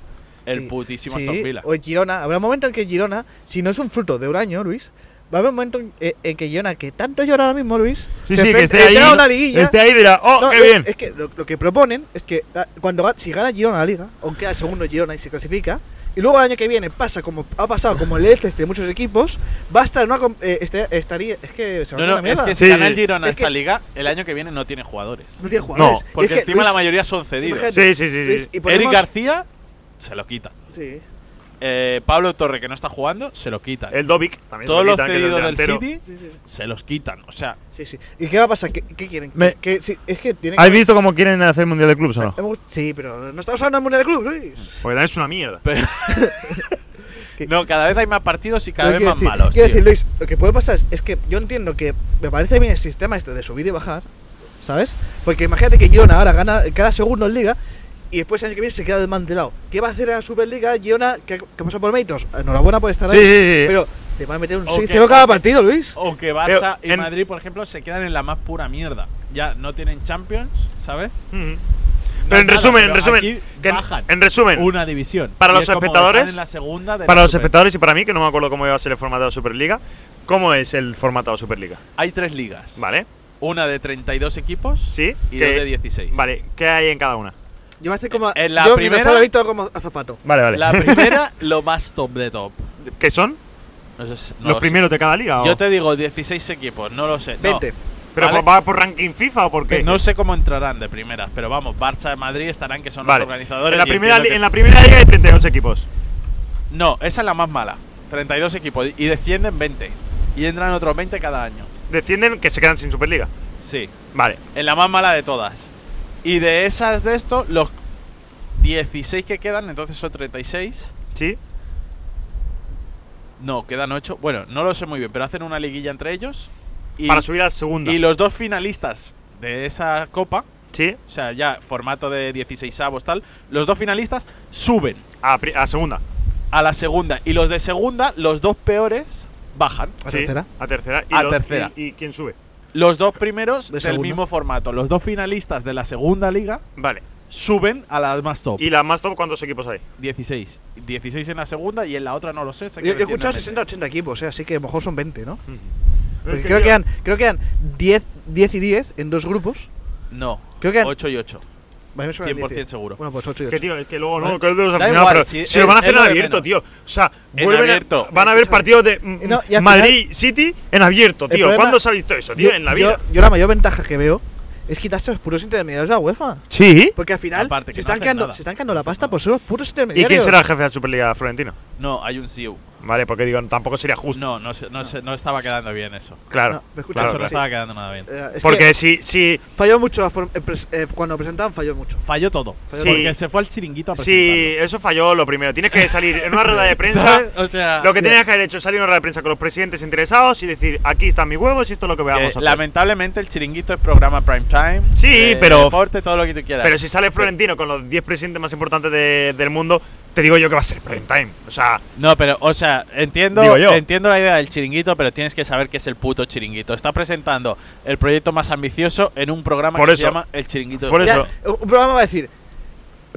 S1: el
S3: Sí,
S1: putísimo
S3: sí,
S1: Aston Villa.
S3: O en Girona. Habrá un momento en que Girona, si no es un fruto de un año, Luis, va a haber un momento en, eh, en que Girona, que tanto llora ahora mismo, Luis,
S2: Sí, sí,
S3: se
S2: que
S3: enfrenta-
S2: esté ahí.
S3: entra a una
S2: ¿no?
S3: liguilla.
S2: Esté ahí y dirá, oh,
S3: No,
S2: qué
S3: es-
S2: bien.
S3: Es que lo, lo que proponen es que ah, cuando ga- si gana Girona la liga, aunque queda segundo Girona y se clasifica, y luego el año que viene pasa como ha pasado como el este de muchos equipos, va a estar en una com- eh, este- estaría es que se va
S1: No,
S3: a hacer
S1: no,
S3: una
S1: es que
S3: mierda.
S1: si
S2: Sí,
S1: gana el
S2: sí.
S1: Girona
S3: Es
S1: esta
S3: que-
S1: liga, el año que viene no tiene jugadores.
S3: no tiene jugadores.
S2: No,
S1: Porque
S3: Es que,
S1: encima
S3: Luis,
S1: la mayoría son cedidos.
S2: Sí,
S3: imagínate,
S2: sí, sí, sí.
S3: Luis, y
S1: Eric
S3: ponemos-
S1: García se lo quita.
S3: Sí.
S1: Eh, Pablo Torre, que no está jugando, se lo quita.
S2: El Dovic también.
S1: Todos
S2: se lo
S1: los
S2: quitan, que es el
S1: cedidos del
S2: delantero.
S1: City
S3: Sí, sí.
S1: se los quitan. O sea,
S3: Sí, sí. ¿Y qué va a pasar? ¿Qué, qué quieren?
S2: Me-
S3: Que- sí, es que tiene
S2: ¿Has visto cómo quieren hacer el Mundial de Clubs o no?
S3: Hemos- Sí, pero no estamos hablando del Mundial de Club, Luis.
S2: Porque también es una mierda.
S1: pero- no, cada vez hay más partidos y cada vez
S3: Pero quiero
S1: más
S3: decir-
S1: malos.
S3: Quiero
S1: tío.
S3: decir, Luis, lo que puede pasar es, es que yo entiendo que me parece bien el sistema este de subir y bajar, ¿sabes? Porque imagínate que Girona ahora gana cada segundo en Liga y después el año que viene se queda desmantelado. ¿Qué va a hacer en la Superliga Girona que, que pasa por méritos? Enhorabuena por estar
S2: Sí,
S3: ahí,
S2: sí, sí.
S3: pero te va a meter un
S1: O que-
S3: 6-0 cada
S1: o que-
S3: partido, Luis.
S1: O que Barça y
S2: Pero en-
S1: Madrid, por ejemplo, se quedan en la más pura mierda. Ya no tienen Champions, ¿sabes?
S2: Mm. en
S1: nada,
S2: resumen, en
S1: pero
S2: resumen,
S1: aquí
S2: que en-
S1: bajan
S2: en resumen,
S1: una división.
S2: para
S1: Y
S2: los
S1: es como que
S2: espectadores-
S1: están en la segunda de la
S2: Para los
S1: Super.
S2: espectadores y para mí, que no me acuerdo cómo iba a ser el formato de la Superliga, ¿cómo es el formato de la Superliga?
S1: Hay tres ligas.
S2: ¿Vale?
S1: Una de 32 equipos
S2: Sí,
S1: y
S2: que-
S1: dos de 16.
S2: Vale, ¿qué hay en cada una?
S3: Yo me hace como.
S1: En la
S3: yo
S1: primera-
S3: lo he visto como azafato.
S2: Vale, vale.
S1: La primera, lo más top de top.
S2: ¿Qué son?
S1: No sé si- no
S2: ¿Los
S1: lo sé.
S2: primeros de cada liga? o-
S1: Yo te digo 16 equipos, no lo sé. no.
S3: 20.
S2: ¿Pero
S1: vale.
S2: va por ranking FIFA o por qué?
S1: No sé cómo entrarán de primeras, pero vamos, Barça de Madrid estarán que son
S2: Vale.
S1: los organizadores.
S2: En la,
S1: y
S2: primera,
S1: entiendo
S2: li-
S1: que-
S2: en la primera liga hay 38 equipos.
S1: No, esa es la más mala. 32 equipos y descienden 20. Y entran otros 20 cada año.
S2: Descienden que se quedan sin Superliga.
S1: Sí,
S2: Vale,
S1: en la más mala de todas. Y de esas de esto, los 16 que quedan, entonces son 36.
S2: ¿sí?
S1: No, quedan 8. Bueno, no lo sé muy bien, pero hacen una liguilla entre ellos. Y,
S2: Para subir a segunda.
S1: y los dos finalistas de esa copa,
S2: ¿Sí?
S1: o sea, ya formato de 16 avos tal, los dos finalistas suben
S2: A, pri- a segunda.
S1: a la segunda. Y los de segunda, los dos peores, bajan.
S3: ¿A ah?
S2: Sí,
S3: tercera?
S2: A tercera.
S1: A tercera.
S2: Y, y quién sube?
S1: Los dos primeros
S3: De
S1: del
S3: segunda.
S1: mismo formato. Los dos finalistas de la segunda liga
S2: Vale.
S1: suben a las más top.
S2: ¿Y la más top cuántos equipos hay?
S1: 16. 16 en la segunda y en la otra no lo sé. sé que
S3: Yo, yo he
S1: descienden
S3: escuchado
S1: 20.
S3: 60 80 equipos, eh, así que a lo mejor son 20, ¿no? Porque
S2: Es
S3: Pues creo,
S2: yo-
S3: que han, creo que han 10, 10 y 10 en dos grupos.
S1: No,
S3: Creo que han-
S1: 8 y 8.
S3: A mí me suena
S1: 100%
S3: 10.
S1: seguro.
S3: Bueno, pues 8 y 8.
S2: Que tío, es que luego no,
S3: Vale.
S2: que es de los
S1: Da
S2: aficionados,
S1: igual,
S2: pero
S1: si
S2: si,
S1: es-
S2: lo van a
S1: es
S2: hacer en
S1: lo de
S2: abierto, tío.
S1: menos.
S2: O sea,
S1: En
S2: vuelven a-
S1: abierto.
S2: van a haber partidos de mm,
S3: No, y al
S2: Madrid City en abierto,
S3: El
S2: tío.
S3: problema-
S2: ¿Cuándo se ha visto eso, tío?
S3: Yo-
S2: en la
S3: yo-
S2: vida.
S3: Yo, la mayor ventaja que veo es quitarse a los puros intermediarios de la UEFA.
S2: Sí.
S3: Porque al final
S1: Aparte que
S3: se,
S1: no
S3: están
S1: hacen
S3: quedando,
S1: nada.
S3: se están quedando la pasta por ser los puros
S2: ¿Y
S3: intermediarios.
S2: quién será el jefe de la Superliga Florentino?
S1: No, hay un SIU.
S2: Vale, porque digo, tampoco sería justo.
S1: No, no, se- no, se- no estaba quedando bien eso.
S2: Claro.
S3: No, me escuchas,
S1: eso
S2: claro,
S1: no
S2: claro.
S3: sí.
S1: estaba quedando nada bien.
S3: Eh, es
S2: Porque
S3: que
S2: si, si,
S3: falló mucho la forma- eh, pres- eh, cuando presentaban, falló mucho.
S1: Falló todo.
S2: Falló
S1: Porque
S2: todo.
S1: se fue al chiringuito a
S2: si eso falló lo primero, tienes que salir en una rueda de prensa.
S1: presentarlo. ¿Sabes? O sea,
S2: Lo que
S1: que
S2: tenías que haber hecho es salir en una rueda de prensa con los presidentes interesados y decir, aquí están mis huevos y esto es lo que veamos.
S1: lamentablemente el chiringuito es programa prime time.
S2: Sí,
S1: de
S2: pero-
S1: Deporte, todo lo que tú quieras.
S2: Pero si sale Florentino con los 10 presidentes más importantes de- del mundo, te digo yo que va a ser prime time. O sea,
S1: No, pero, o sea, entiendo,
S2: Digo yo.
S1: entiendo la idea del chiringuito, pero tienes que saber qué es el puto chiringuito. Está presentando el proyecto más ambicioso en un programa
S2: Por
S1: que se
S2: eso.
S1: llama El Chiringuito.
S2: Por
S1: de-
S3: Ya,
S2: eso.
S3: un un programa va a decir: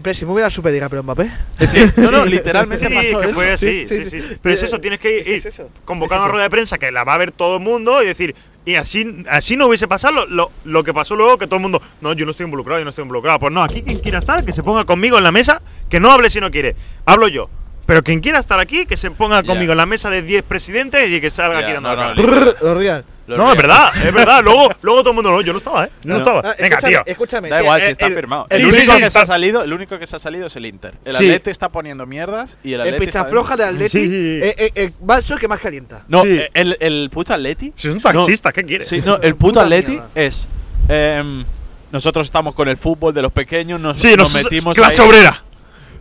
S3: Pero si muy bien la Superliga, pero Mbappé.
S1: Sí, no, no,
S2: sí,
S1: literalmente pasó
S2: que
S1: eso.
S2: fue así.
S3: Sí,
S2: Sí,
S3: sí,
S2: sí,
S3: sí.
S2: Pero es
S3: Eh,
S2: eso, tienes que ir,
S3: es eso,
S2: convocar
S3: es
S2: una
S3: eso.
S2: rueda de prensa que la va a ver todo el mundo y decir, y así, así no hubiese pasado lo, lo- lo que pasó luego, que todo el mundo, no, yo no estoy involucrado, yo no estoy involucrado. Pues no, aquí quien quiera estar, que se ponga conmigo en la mesa, que no hable si no quiere. Hablo yo. Pero quien quiera estar aquí, que se ponga
S1: Ya.
S2: conmigo en la mesa de 10 presidentes y que salga
S1: Ya,
S2: aquí dando
S1: no,
S2: la
S1: no,
S2: cara.
S1: li-
S3: Brrr, Los Real.
S1: Lo
S2: No, es
S1: río.
S2: verdad, es verdad. Luego, luego todo el mundo, no, yo no estaba, ¿eh? Yo no,
S1: No.
S2: estaba.
S3: Ah,
S2: Venga,
S3: escúchame,
S2: tío.
S3: Escúchame.
S1: Da
S3: sí,
S1: igual,
S3: eh,
S1: si está
S3: el-
S1: firmado.
S3: El,
S1: El,
S2: Sí, sí,
S1: único
S2: sí,
S1: que
S2: está-
S1: se ha salido, el único que se ha salido es el Inter. El
S2: Sí.
S1: Atleti está poniendo mierdas y el
S3: el
S1: Atleti. está-
S3: pichafloja del Atleti.
S2: Sí, sí, sí.
S3: eh, eh, el vaso que más calienta.
S1: No,
S2: Sí.
S1: el, el puto Atleti.
S2: Si es un taxista, ¿qué quieres?
S1: Sí, no, el puto
S3: Puta
S1: Atleti
S3: mierda.
S1: es. em, nosotros estamos con el fútbol de los pequeños, nos,
S2: Sí,
S1: nos
S2: nos-
S1: metimos.
S2: clase
S1: ahí.
S2: obrera.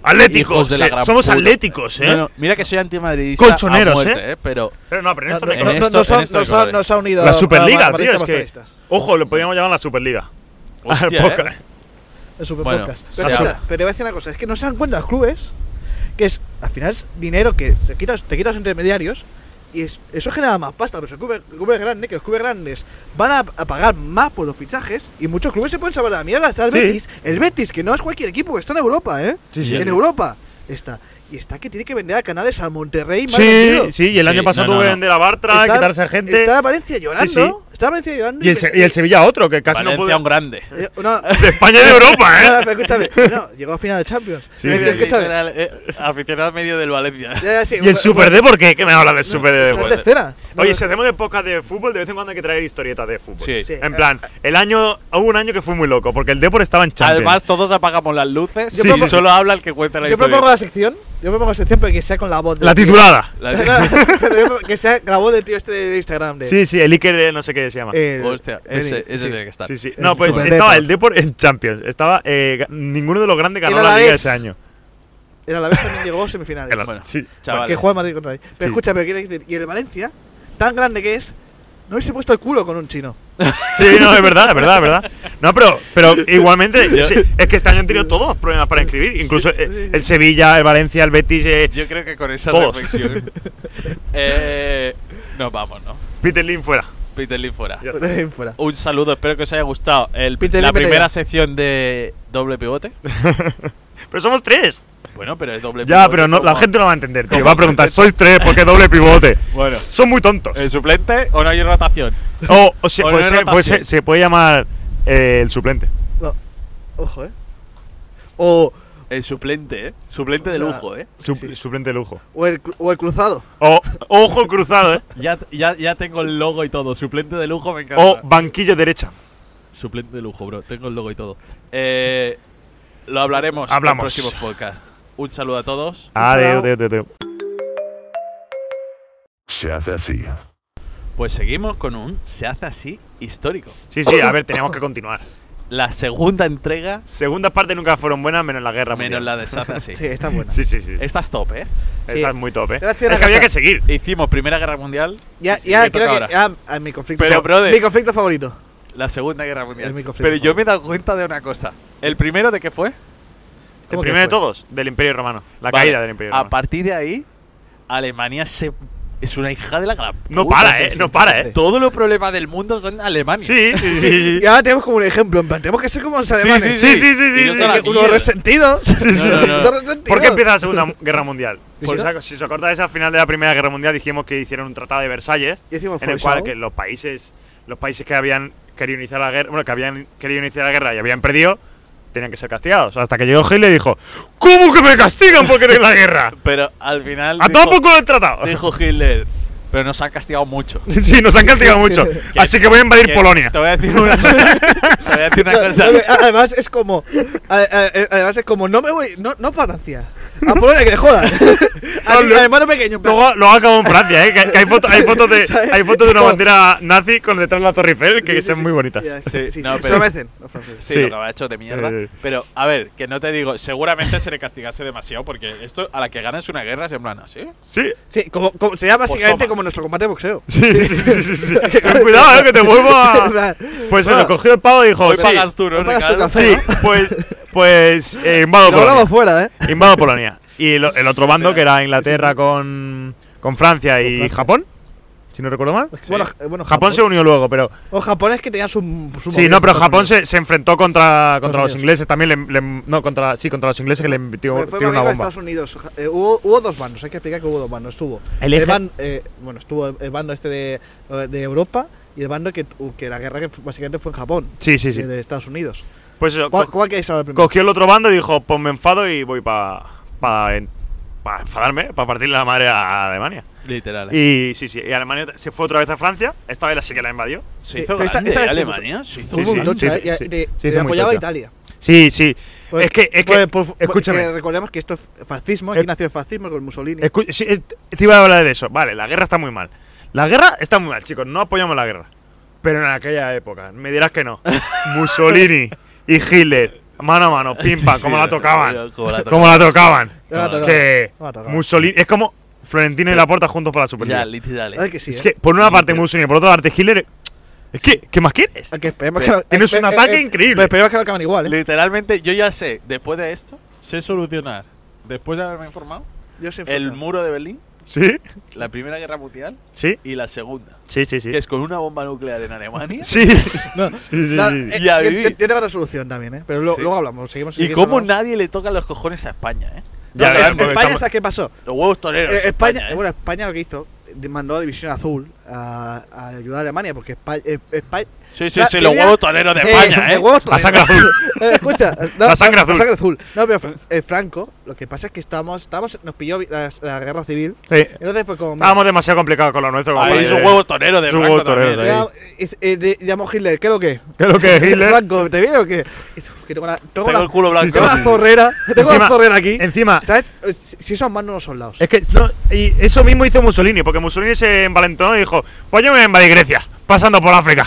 S2: Atléticos.
S1: Hijos de la
S2: eh,
S1: gran
S2: somos
S1: puta.
S2: atléticos, ¿eh?
S1: No, no, mira que soy antimadridista.
S2: Colchoneros,
S1: a muerte, ¿eh? Pero
S2: Pero no, pero en esto
S1: no,
S2: me
S1: en
S2: conozco.
S1: esto-
S3: nos,
S1: en
S3: han-
S1: esto hay
S3: nos, han,
S1: colores.
S3: nos ha unido.
S2: La Superliga,
S3: a- a-
S2: tío, es
S3: a-
S2: que.
S3: a-
S2: Ojo, lo podríamos llamar la Superliga.
S1: Hostia, ¿eh?
S2: Al poca-
S3: El
S1: Bueno,
S3: Superpodcast.
S1: o
S3: pero,
S1: sea-
S3: escucha, pero te voy a decir una cosa, es que no se dan cuenta los clubes que es, al final, es dinero que se quitas, te quitas intermediarios y es- eso genera más pasta, pero los clubes, clubes grandes, que los clubes grandes van a, a pagar más por los fichajes y muchos clubes se pueden salvar a la mierda, está el
S2: Sí.
S3: Betis, el Betis, que no es cualquier equipo, que está en Europa, ¿eh?
S2: Sí,
S1: sí.
S3: En Europa está. Y está que tiene que vender a canales al Monterrey, mal
S2: Sí,
S3: vendido.
S2: sí, y el
S1: Sí,
S2: año pasado
S1: no, no,
S2: tuve
S1: no.
S2: de la Bartra,
S3: Está-
S2: quitarse a gente.
S3: Está Valencia llorando,
S2: sí.
S3: está Valencia llorando.
S2: y, el, Se- y el Sevilla otro, que casi
S1: Valencia un
S2: no pudo.
S1: grande.
S3: Eh, no,
S2: De España y de Europa,
S3: no, no,
S2: ¿eh?
S3: pero escúchame, no, llegó a final de Champions.
S2: Sí, sí,
S3: Es que-
S2: sí.
S3: escúchame,
S1: eh, aficionado medio del Valencia. ¿eh?
S3: Ya, ya, sí,
S2: ¿Y el
S3: bueno,
S2: Super D por qué? ¿Qué me hablas del Super D?
S3: está
S2: de
S3: en
S2: vuelta?
S3: tercera.
S2: Oye, si hacemos épocas de fútbol, de vez en cuando hay que traer historietas de fútbol.
S1: Sí.
S3: Sí.
S2: En plan, el año. Hubo un año que fue muy loco, porque el Depor estaba en Champions.
S1: Además, todos apagamos las luces
S3: Yo
S1: y
S3: propongo-
S1: solo habla el que cuenta la
S3: yo
S1: historia.
S3: propongo la sección. Yo propongo la sección pero que sea con la voz. del
S2: la
S3: tío.
S2: titulada.
S1: La-
S3: que sea la voz del tío este de Instagram. De,
S2: Sí, sí, el Iker, eh, no sé qué se llama.
S3: eh,
S1: Hostia,
S3: Benny,
S1: ese, ese
S3: sí.
S1: tiene que estar.
S2: Sí, sí.
S3: El
S2: No, pues
S3: Super
S2: estaba
S3: Depor.
S2: el Depor en Champions. Estaba eh, ga- ninguno de los grandes ganó
S3: El
S2: la liga
S3: Alavés.
S2: ese año.
S3: El Alavés también llegó a semifinales.
S2: El-
S1: Bueno,
S2: sí.
S1: chaval.
S3: Que juega en Madrid contra él. Pero
S2: Sí.
S3: escucha, pero quiere decir. Y el Valencia, tan grande que es, no hubiese puesto el culo con un chino.
S2: Sí, no, es verdad, es verdad, es verdad. No, pero, pero igualmente, sí, es que este año han tenido todos los problemas para inscribir. Incluso eh, el Sevilla, el Valencia, el Betis, eh,
S1: Yo creo que con esa
S2: Todos.
S1: reflexión. eh, nos vamos, ¿no?
S2: Peter Lim fuera.
S1: Peter Lim fuera.
S2: Ya está.
S3: Ahí fuera.
S5: Un saludo, espero que os haya gustado el-
S3: Peter
S5: la
S3: Lim, vete
S5: primera
S3: ya.
S5: sección de doble pivote.
S2: Pero somos tres.
S1: Bueno, pero es doble
S2: Ya,
S1: pivote,
S2: pero no, la
S1: ¿cómo?
S2: gente no va a entender, tío. Va a preguntar, sois tres, ¿por qué doble pivote?
S1: Bueno,
S2: Son muy tontos.
S1: ¿el suplente o no hay rotación?
S2: O, o se,
S1: o
S2: pues
S1: no
S2: se-
S1: rotación.
S2: pues se- se puede llamar eh, el suplente.
S3: No. Ojo, eh. O,
S1: El suplente, ¿eh? Suplente de
S3: O sea,
S1: lujo, ¿eh?
S2: Su-
S3: Sí.
S2: Suplente de lujo.
S3: o, el, cru- o el cruzado.
S2: O ojo cruzado, ¿eh?
S1: Ya, ya, ya tengo el logo y todo. Suplente de lujo, me encanta.
S2: O banquillo derecha.
S1: Suplente de lujo, bro. Tengo el logo y todo. Eh, lo hablaremos en
S2: Hablamos.
S1: próximos podcasts. Un saludo a todos.
S2: Adeu,
S3: salao.
S2: adeu, adeu, adeu.
S4: Se hace así.
S1: Pues seguimos con un Se hace así histórico.
S2: Sí, sí, a ver, teníamos que continuar.
S1: La segunda entrega,
S2: Segundas partes nunca fueron buenas, menos la guerra.
S1: menos
S2: mundial.
S1: la de Se hace así.
S3: Sí, está buena.
S2: Sí, sí, sí.
S1: Esta es top, ¿eh?
S2: Esa es muy top, ¿eh?
S3: Te voy a
S2: Es
S3: decir
S2: que
S3: una
S2: había
S3: cosa.
S2: que seguir.
S1: Hicimos Primera Guerra Mundial,
S3: Ya,
S1: Sí,
S3: ya
S1: me toca
S3: creo que.
S1: ahora.
S3: Ya, ah, mi conflicto
S1: Pero,
S3: fa-
S1: brother.
S3: Mi conflicto favorito.
S1: la Segunda Guerra Mundial.
S3: Es mi conflicto
S1: Pero yo me he dado cuenta de una cosa. ¿El primero de qué fue?
S2: El
S3: ¿Cómo que
S2: primero de
S3: fue?
S2: todos, del Imperio Romano. La
S1: Vale, Ah,
S2: caída del Imperio
S1: A
S2: Romano.
S1: partir de ahí, Alemania se... es una hija de la gran.
S2: No
S1: puta.
S2: para, ¿eh? No para, ¿eh?
S1: Todos los problemas del mundo son Alemania.
S2: Sí, sí, sí.
S3: Y ahora tenemos como un ejemplo. En plan, tenemos que ser como los alemanes.
S2: sí, sí, sí, sí,
S1: Y no son
S2: sí, que
S1: la
S3: Unos
S1: mierda.
S3: resentidos.
S1: sí. No, no, no.
S3: Unos resentidos.
S2: ¿Por qué empieza la Segunda Guerra Mundial?
S3: ¿Y
S2: Pues
S3: si no?
S2: esa- si os acordáis, al final de la Primera Guerra Mundial dijimos que hicieron un tratado de Versalles,
S3: Y decimos,
S2: en el cual
S3: "Foreshadow".
S2: que los países, los países que habían querido iniciar la guerra, bueno, que habían querido iniciar la guerra y habían perdido, tenían que ser castigados. Hasta que llegó Hitler y dijo, ¿cómo que me castigan por querer la guerra?
S1: Pero al final.
S2: ¡A
S1: dijo-
S2: todo poco el tratado!
S1: Dijo Hitler. Pero nos han castigado mucho.
S2: Sí, nos han castigado mucho. Así que voy a invadir
S1: Que
S2: Polonia.
S1: Te voy a decir una cosa. te voy a decir una
S3: Yo-
S1: cosa.
S3: yo- Además es como a- a- además es como no me voy no no a Francia a Polonia que te jodan a
S2: No,
S3: ti-
S2: lo-
S3: al hermano pequeño en plan,
S2: Luego, luego acabó en Francia, ¿eh? Que, que hay, foto- hay fotos de,
S3: ¿Sabes?
S2: hay fotos de una bandera nazi con detrás de la Torre Eiffel que
S3: sí, sí,
S2: son
S3: sí,
S2: muy bonitas.
S3: ya,
S1: Sí,
S3: sí, sí,
S1: no,
S3: sí, se
S1: pero-
S3: lo merecen los franceses
S1: Sí,
S2: Sí.
S1: lo que me ha hecho de mierda.
S2: Eh.
S1: Pero, a ver, que no te digo, seguramente se le castigase demasiado porque esto a la que ganas una guerra se en plan así.
S2: Sí,
S3: sí como, como- se llama básicamente
S1: Soma.
S3: como nuestro combate de boxeo
S2: sí, sí, sí, sí, sí. Ten cuidado, eh, que te vuelvo
S3: En
S2: a.
S3: plan,
S2: Pues se
S3: bueno,
S2: lo cogió el pavo y dijo,
S1: Hoy
S2: sí,
S1: pagas tú, ¿no,
S3: Hoy pagas tú,
S1: Ricardo?
S3: café.
S2: sí, pues, pues eh, invado
S3: lo hablamos
S2: Polonia.
S3: fuera eh
S2: Invado Polonia. Y lo- el otro bando, que era Inglaterra con, con Francia y
S3: Francia.
S2: Japón, si no recuerdo mal.
S3: bueno eh, bueno
S2: Japón se unió luego, pero.
S3: o Japón es que tenían su, su
S2: Sí,
S3: movida
S2: no, pero
S3: con
S2: Japón
S3: Estados
S2: se, se enfrentó contra, contra los
S3: Unidos.
S2: ingleses también. le- le- no, contra, sí, contra los ingleses que le metió
S3: Unidos. fue
S2: tiró una
S3: amigo de
S2: bomba.
S3: Estados Unidos Ja- eh, hubo, hubo dos bandos hay que explicar que hubo dos bandos estuvo
S2: El eje-
S3: ban- eh, bueno estuvo el, el bando este de, de Europa y el bando que, que la guerra que fu- básicamente fue en Japón eh,
S2: Sí, sí, sí.
S3: de Estados Unidos
S2: Pues eso,
S3: ¿Cuál,
S2: co-
S3: cuál queréis hablar primero?
S2: cogió el otro bando y dijo, pues me enfado y voy para pa, en- pa enfadarme, para partirle la madre a Alemania.
S1: Literal.
S2: Y sí, sí, y Alemania se fue otra vez a Francia, esta vez la sí que la invadió.
S1: se hizo
S3: pero esta-
S1: grande
S3: esta
S1: ¿eh?
S3: vez se puso-
S1: Alemania. Se hizo
S2: Sí,
S3: Estuvo
S2: sí,
S3: muy tocha,
S2: sí,
S3: ¿eh? Y-
S2: sí.
S3: y te-
S2: Sí,
S3: te
S2: hizo muy
S3: apoyaba
S2: tocha.
S3: Italia.
S2: Sí, sí.
S3: Pues-
S2: es que, es que,
S3: pues- pues- pues-
S2: escúchame.
S3: que recordemos que esto es fascismo,
S2: Eh,
S3: aquí nació el fascismo con Mussolini.
S2: escu- sí, eh, te iba a hablar de eso. Vale, la guerra está muy mal. La guerra está muy mal, chicos, no apoyamos la guerra. Pero en aquella época, me dirás que no. Mussolini y Hitler, mano a mano, pim pam, como la tocaban.
S1: Como la
S2: Como la tocaban.
S3: Como la
S2: Es
S3: tocaban.
S2: que
S3: Como la tocaban.
S2: Mussolini, es como Florentino y Laporta juntos para la
S1: Ya,
S2: Superliga.
S1: literal.
S3: Ay, que sí,
S2: Es
S3: ¿eh?
S2: que por una parte Mussolini, por otra parte Hitler. Es que, ¿qué más quieres?
S3: Ah, que esperemos
S1: Pero
S3: que no-
S2: tienes
S3: eh,
S2: un
S3: eh,
S2: ataque
S3: eh,
S2: increíble.
S3: Pero esperemos que no acaban igual, ¿eh?
S1: Literalmente, yo ya sé, después de esto, sé solucionar, después de haberme informado,
S3: Yo soy
S1: el
S3: francés.
S1: muro de Berlín,
S2: ¿Sí?
S1: la Primera Guerra Mundial
S2: ¿Sí?
S1: y la Segunda.
S2: Sí, sí, sí.
S1: Que es con una bomba nuclear en Alemania.
S2: Sí.
S3: No,
S2: Sí, sí,
S3: la-
S2: sí.
S3: eh,
S1: Ya
S3: yo-
S1: viví.
S3: yo, yo tengo la solución también, ¿eh? Pero lo-
S1: Sí.
S3: luego hablamos, seguimos.
S1: Y
S3: seguimos
S1: cómo
S3: hablando.
S1: nadie le toca los cojones a España, ¿eh?
S2: Ya
S3: No,
S2: verás,
S3: en
S2: porque
S3: España,
S2: estamos-
S3: ¿sabes qué pasó?
S1: Los huevos toreros.
S3: Eh, España,
S1: ¿eh?
S3: bueno, España lo que hizo, eh, mandó a División Azul a, a ayudar a Alemania, porque España. España
S1: Sí, sí,
S3: la-
S1: sí, los
S3: tenía-
S1: huevos toreros de
S3: Eh,
S1: España, ¿eh?
S3: los huevos
S2: La sangre azul.
S3: Eh, escucha, no,
S2: La sangre
S3: no,
S2: azul.
S3: La sangre azul. No, pero fr- eh, Franco, lo que pasa es que estamos, estamos nos pilló vi- la, la guerra civil.
S2: Sí.
S3: Entonces fue como.
S2: Estábamos demasiado complicados con lo nuestro. como para
S1: Ahí
S2: que-
S1: es un huevo torero de
S2: Es un
S1: Franco
S2: huevo torero
S1: también,
S2: de
S1: ¿eh?
S2: ahí.
S3: mira, eh, eh, de- llamó Hitler, ¿qué es lo que?
S2: ¿Qué es lo que es Hitler?
S3: Franco, ¿te viene o qué? Y, uf, que tengo la, tengo
S1: Tengo
S3: la-
S1: el culo blanco.
S3: tengo la zorrera. Tengo
S2: Encima-
S3: la zorrera aquí.
S2: Encima,
S3: ¿Sabes? Eh, Si si son manos no son lados.
S2: es que no, y eso mismo hizo Mussolini, porque Mussolini se envalentonó y dijo: Pues yo me voy a invadir Grecia, pasando por África.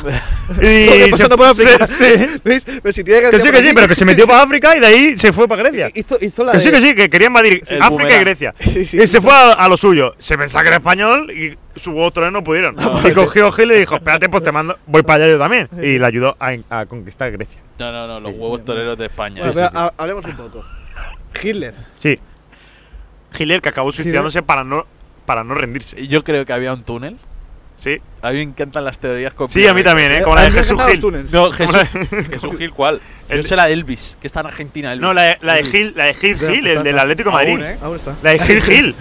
S2: Y
S3: Pasando por África.
S2: se- sí.
S3: ¿Veis? Pero si tiene
S2: Que sí, que sí, pero que se metió para África y de ahí se fue para Grecia.
S3: Hizo, hizo la.
S2: Que sí,
S3: de-
S2: que sí, que quería invadir
S1: El
S2: África
S1: boomerang.
S2: y Grecia.
S3: Sí, sí,
S2: y se
S3: hizo-
S2: fue a, a lo suyo. Se pensaba que era español y su otro no pudieron. y cogió Hitler y dijo, espérate, pues te mando, voy para allá yo también. Y le ayudó a, a conquistar Grecia.
S1: No, no, no, los huevos toreros de España.
S3: Bueno,
S1: ¿eh?
S3: pero ha- hablemos un poco. Hitler.
S2: Sí. Hitler que acabó suicidándose para no, para no rendirse.
S1: Yo creo que había un túnel
S2: Sí.
S1: A mí me encantan las teorías con
S2: Sí, a mí también, ¿eh? Como la
S3: A
S2: de
S3: mí me
S2: Jesús
S3: encantan los
S2: Gil.
S3: túneles.
S1: No, Jesús,
S2: Como la-
S1: Jesús Gil, ¿cuál? Yo
S2: El-
S1: sé la de Elvis, que está en Argentina. Elvis.
S2: No, la de, la de Gil, la de Gil,
S3: Ya,
S2: Gil, el
S3: está,
S2: del
S3: está.
S2: Atlético de Madrid.
S1: Aún, ¿eh?
S3: Aún está.
S2: La de Gil Gil.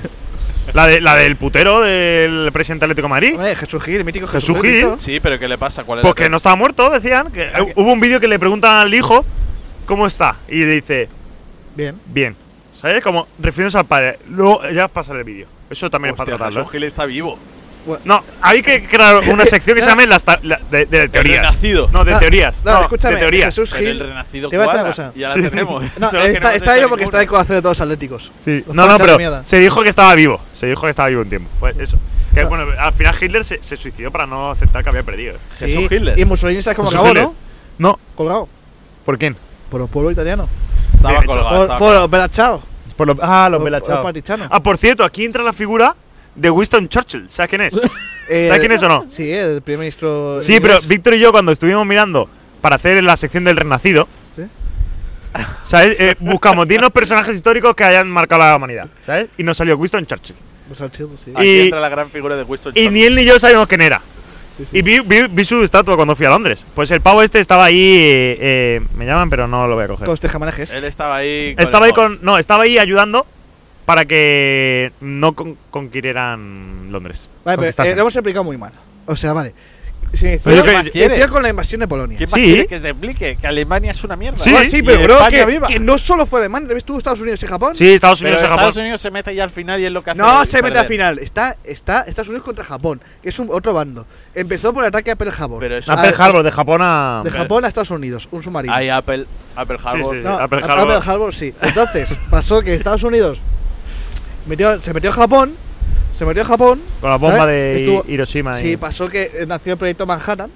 S2: La, de, la del putero del presidente Atlético de Madrid.
S3: Hombre, Jesús Gil, el mítico Jesús,
S2: Jesús Gil.
S3: Cristo.
S1: Sí, pero ¿qué le pasa? ¿Cuál es la
S2: Porque
S1: teoría?
S2: no estaba muerto, decían. Que,
S3: Ah, que-
S2: hubo un vídeo que le preguntan al hijo cómo está. Y le dice,
S3: Bien.
S2: bien. ¿Sabes? Como refiriéndose al padre. Luego ya pasa el vídeo. Eso también
S1: Hostia,
S2: es para tratarlo. ¿eh?
S1: Jesús Gil está vivo.
S2: No, hay que crear una sección que se llame las ta- la- de, de teorías.
S1: renacido.
S2: No, de
S3: No,
S2: teorías.
S3: Ah, no, escúchame,
S2: De teorías.
S3: Jesús
S1: Pero el
S3: Gil.
S1: renacido
S3: te voy a decir una
S1: cuadra,
S3: cosa.
S1: Ya la
S2: Sí.
S1: tenemos. ¿eh?
S3: No,
S1: Solo que
S3: está,
S1: hemos
S3: está
S1: hecho
S3: yo porque está de
S1: ninguno.
S3: conocer de todos los atléticos.
S2: Sí.
S3: Los
S2: No, no,
S3: panchas de
S2: pero
S3: mierda. Ah.
S2: se dijo que estaba vivo. Se dijo que estaba vivo un tiempo. Pues eso. Que, bueno, al final Hitler se, se suicidó para no aceptar que había perdido.
S1: Jesús Hitler.
S3: Y Mussolini sabes cómo
S2: Jesús
S3: acabó,
S2: Hitler.
S3: ¿no?
S2: No,
S3: Colgado.
S2: ¿por quién?
S3: Por el pueblo italiano.
S1: Estaba
S2: Bien
S1: colgado.
S3: Por,
S1: estaba
S3: por
S1: colgado.
S3: los Belachao.
S2: Por Ah, los, ah,
S3: Por-
S2: Belachao.
S3: por Patichano.
S2: Ah, por cierto, aquí entra la figura de Winston Churchill. ¿Sabes quién es?
S3: Eh,
S2: ¿Sabes quién es o no?
S3: Sí, el primer ministro.
S2: Sí, pero
S3: inglés.
S2: Víctor y yo cuando estuvimos mirando para hacer la sección del Renacido,
S3: Sí.
S2: ¿sabes? Eh, buscamos 10 personajes históricos que hayan marcado la humanidad, ¿sabes? Y nos salió Winston Churchill.
S3: Los archivos, sí.
S1: Aquí
S2: y-
S1: entra la gran figura de Winston
S2: Y
S1: Churchill.
S2: ni él ni yo sabíamos quién era.
S3: sí, sí.
S2: Y vi, vi- vi su estatua cuando fui a Londres. Pues el pavo este estaba ahí. eh, eh, me llaman, pero no lo voy a coger.
S3: Todos tejemanejes.
S1: Él estaba ahí. con
S2: Estaba ahí
S1: el-
S2: con. No, estaba ahí ayudando para que no con- conquirieran Londres.
S3: Vale, pero eh,
S2: Conquistasen.
S3: lo hemos explicado muy mal. O sea, vale. Se
S2: Pero yo
S3: inició,
S2: creo-
S1: más
S3: se
S1: quieres?
S3: inició con la invasión de Polonia.
S1: ¿Quién más
S2: Sí.
S1: quiere que se explique? Que Alemania es una mierda.
S2: Sí,
S3: Ah,
S1: Y
S3: sí, pero creo
S1: España
S3: que,
S1: viva.
S3: que no solo fue Alemania, también estuvo Estados Unidos y Japón.
S2: Sí, Estados
S1: Pero
S2: Unidos y
S1: Estados
S2: Japón.
S1: Unidos se mete ya al final y es lo que hace.
S3: No se mete
S1: perder.
S3: al final, está, está Estados Unidos contra Japón, que es un otro bando. Empezó por el ataque a Pearl Harbor.
S1: Pero eso-
S2: A Pearl Harbor, de Japón a.
S3: De Japón a Estados Unidos, un submarino.
S1: Hay Apple, Apple Harbor.
S2: sí.
S3: No,
S2: a
S3: a
S2: Pearl
S3: Pearl
S2: Harbor.
S3: Harbor sí. Entonces, pasó que Estados Unidos metió- se metió a Japón, se metió a Japón.
S2: Con la bomba
S3: ¿sabes?
S2: de
S3: Estuvo-
S2: Hiroshima. y-
S3: Sí, pasó que eh, nació el proyecto Manhattan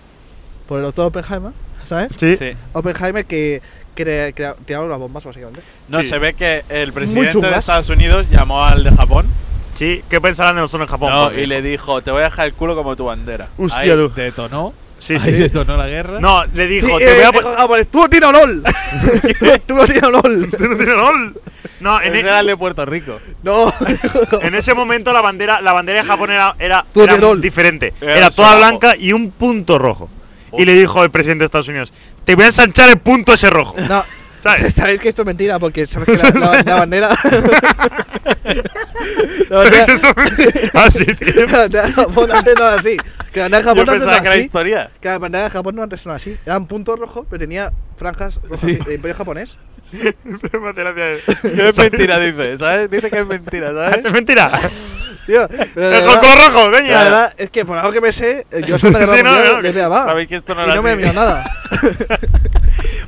S3: por el doctor Oppenheimer, ¿sabes?
S2: Sí.
S1: Sí.
S3: Oppenheimer que, que, le- que tiraron las bombas, básicamente.
S1: No,
S2: Sí.
S1: se ve que el presidente
S3: chungas.
S1: de Estados Unidos llamó al de Japón
S2: Sí, ¿qué pensarán de nosotros en Japón?
S1: no,
S2: Porque-
S1: y le dijo: Te voy a dejar el culo como tu bandera.
S2: Hostia,
S1: Ahí
S2: tú.
S1: detonó.
S2: Sí,
S6: Ahí
S2: sí.
S6: detonó la guerra.
S2: No, le dijo,
S3: Sí,
S2: te
S3: eh,
S2: voy a
S3: eh,
S2: poner.
S3: Japón, ¡Tú tira LOL! ¡Tú no tira LOL!
S2: No, en,
S1: Ese
S2: e-
S1: era el de Puerto Rico.
S3: No.
S2: en ese momento la bandera, la bandera de Japón era, era,
S3: Tú
S2: era
S3: tirol.
S2: diferente.
S1: Era
S2: Era
S1: un
S2: toda
S1: sobaco.
S2: blanca y un punto rojo. Y le dijo el presidente de Estados Unidos, te voy a ensanchar el punto ese rojo.
S3: No.
S2: ¿Sabes?
S3: Sabéis que esto es mentira porque sabes que la, la- la bandera. la
S2: ¿Sabes
S3: bandera.
S2: que eso es- ah, sí, tío.
S3: la bandera de Japón antes no era así. Que la bandera
S1: Yo
S3: de Japón no antes
S1: pensaba que
S3: no era
S1: era
S3: así.
S1: historia.
S3: Que la bandera de Japón no antes no era así. Era un punto rojo, pero tenía franjas rojas
S1: Sí.
S3: de imperio japonés.
S2: Me hace gracia. eh.
S1: Que es mentira, dice. ¿Sabes? Dice que es mentira, ¿sabes?
S2: Es mentira.
S3: Tío, pero de
S2: El color
S3: verdad-
S2: rojo, coño.
S3: la verdad es que por algo que me sé, yo soy de
S2: Sí,
S3: guerra
S2: no,
S3: mundial
S2: no,
S3: le
S2: que-
S3: pegaba.
S1: Sabéis que esto no
S3: y
S1: era
S3: no me
S1: así.
S3: mira nada.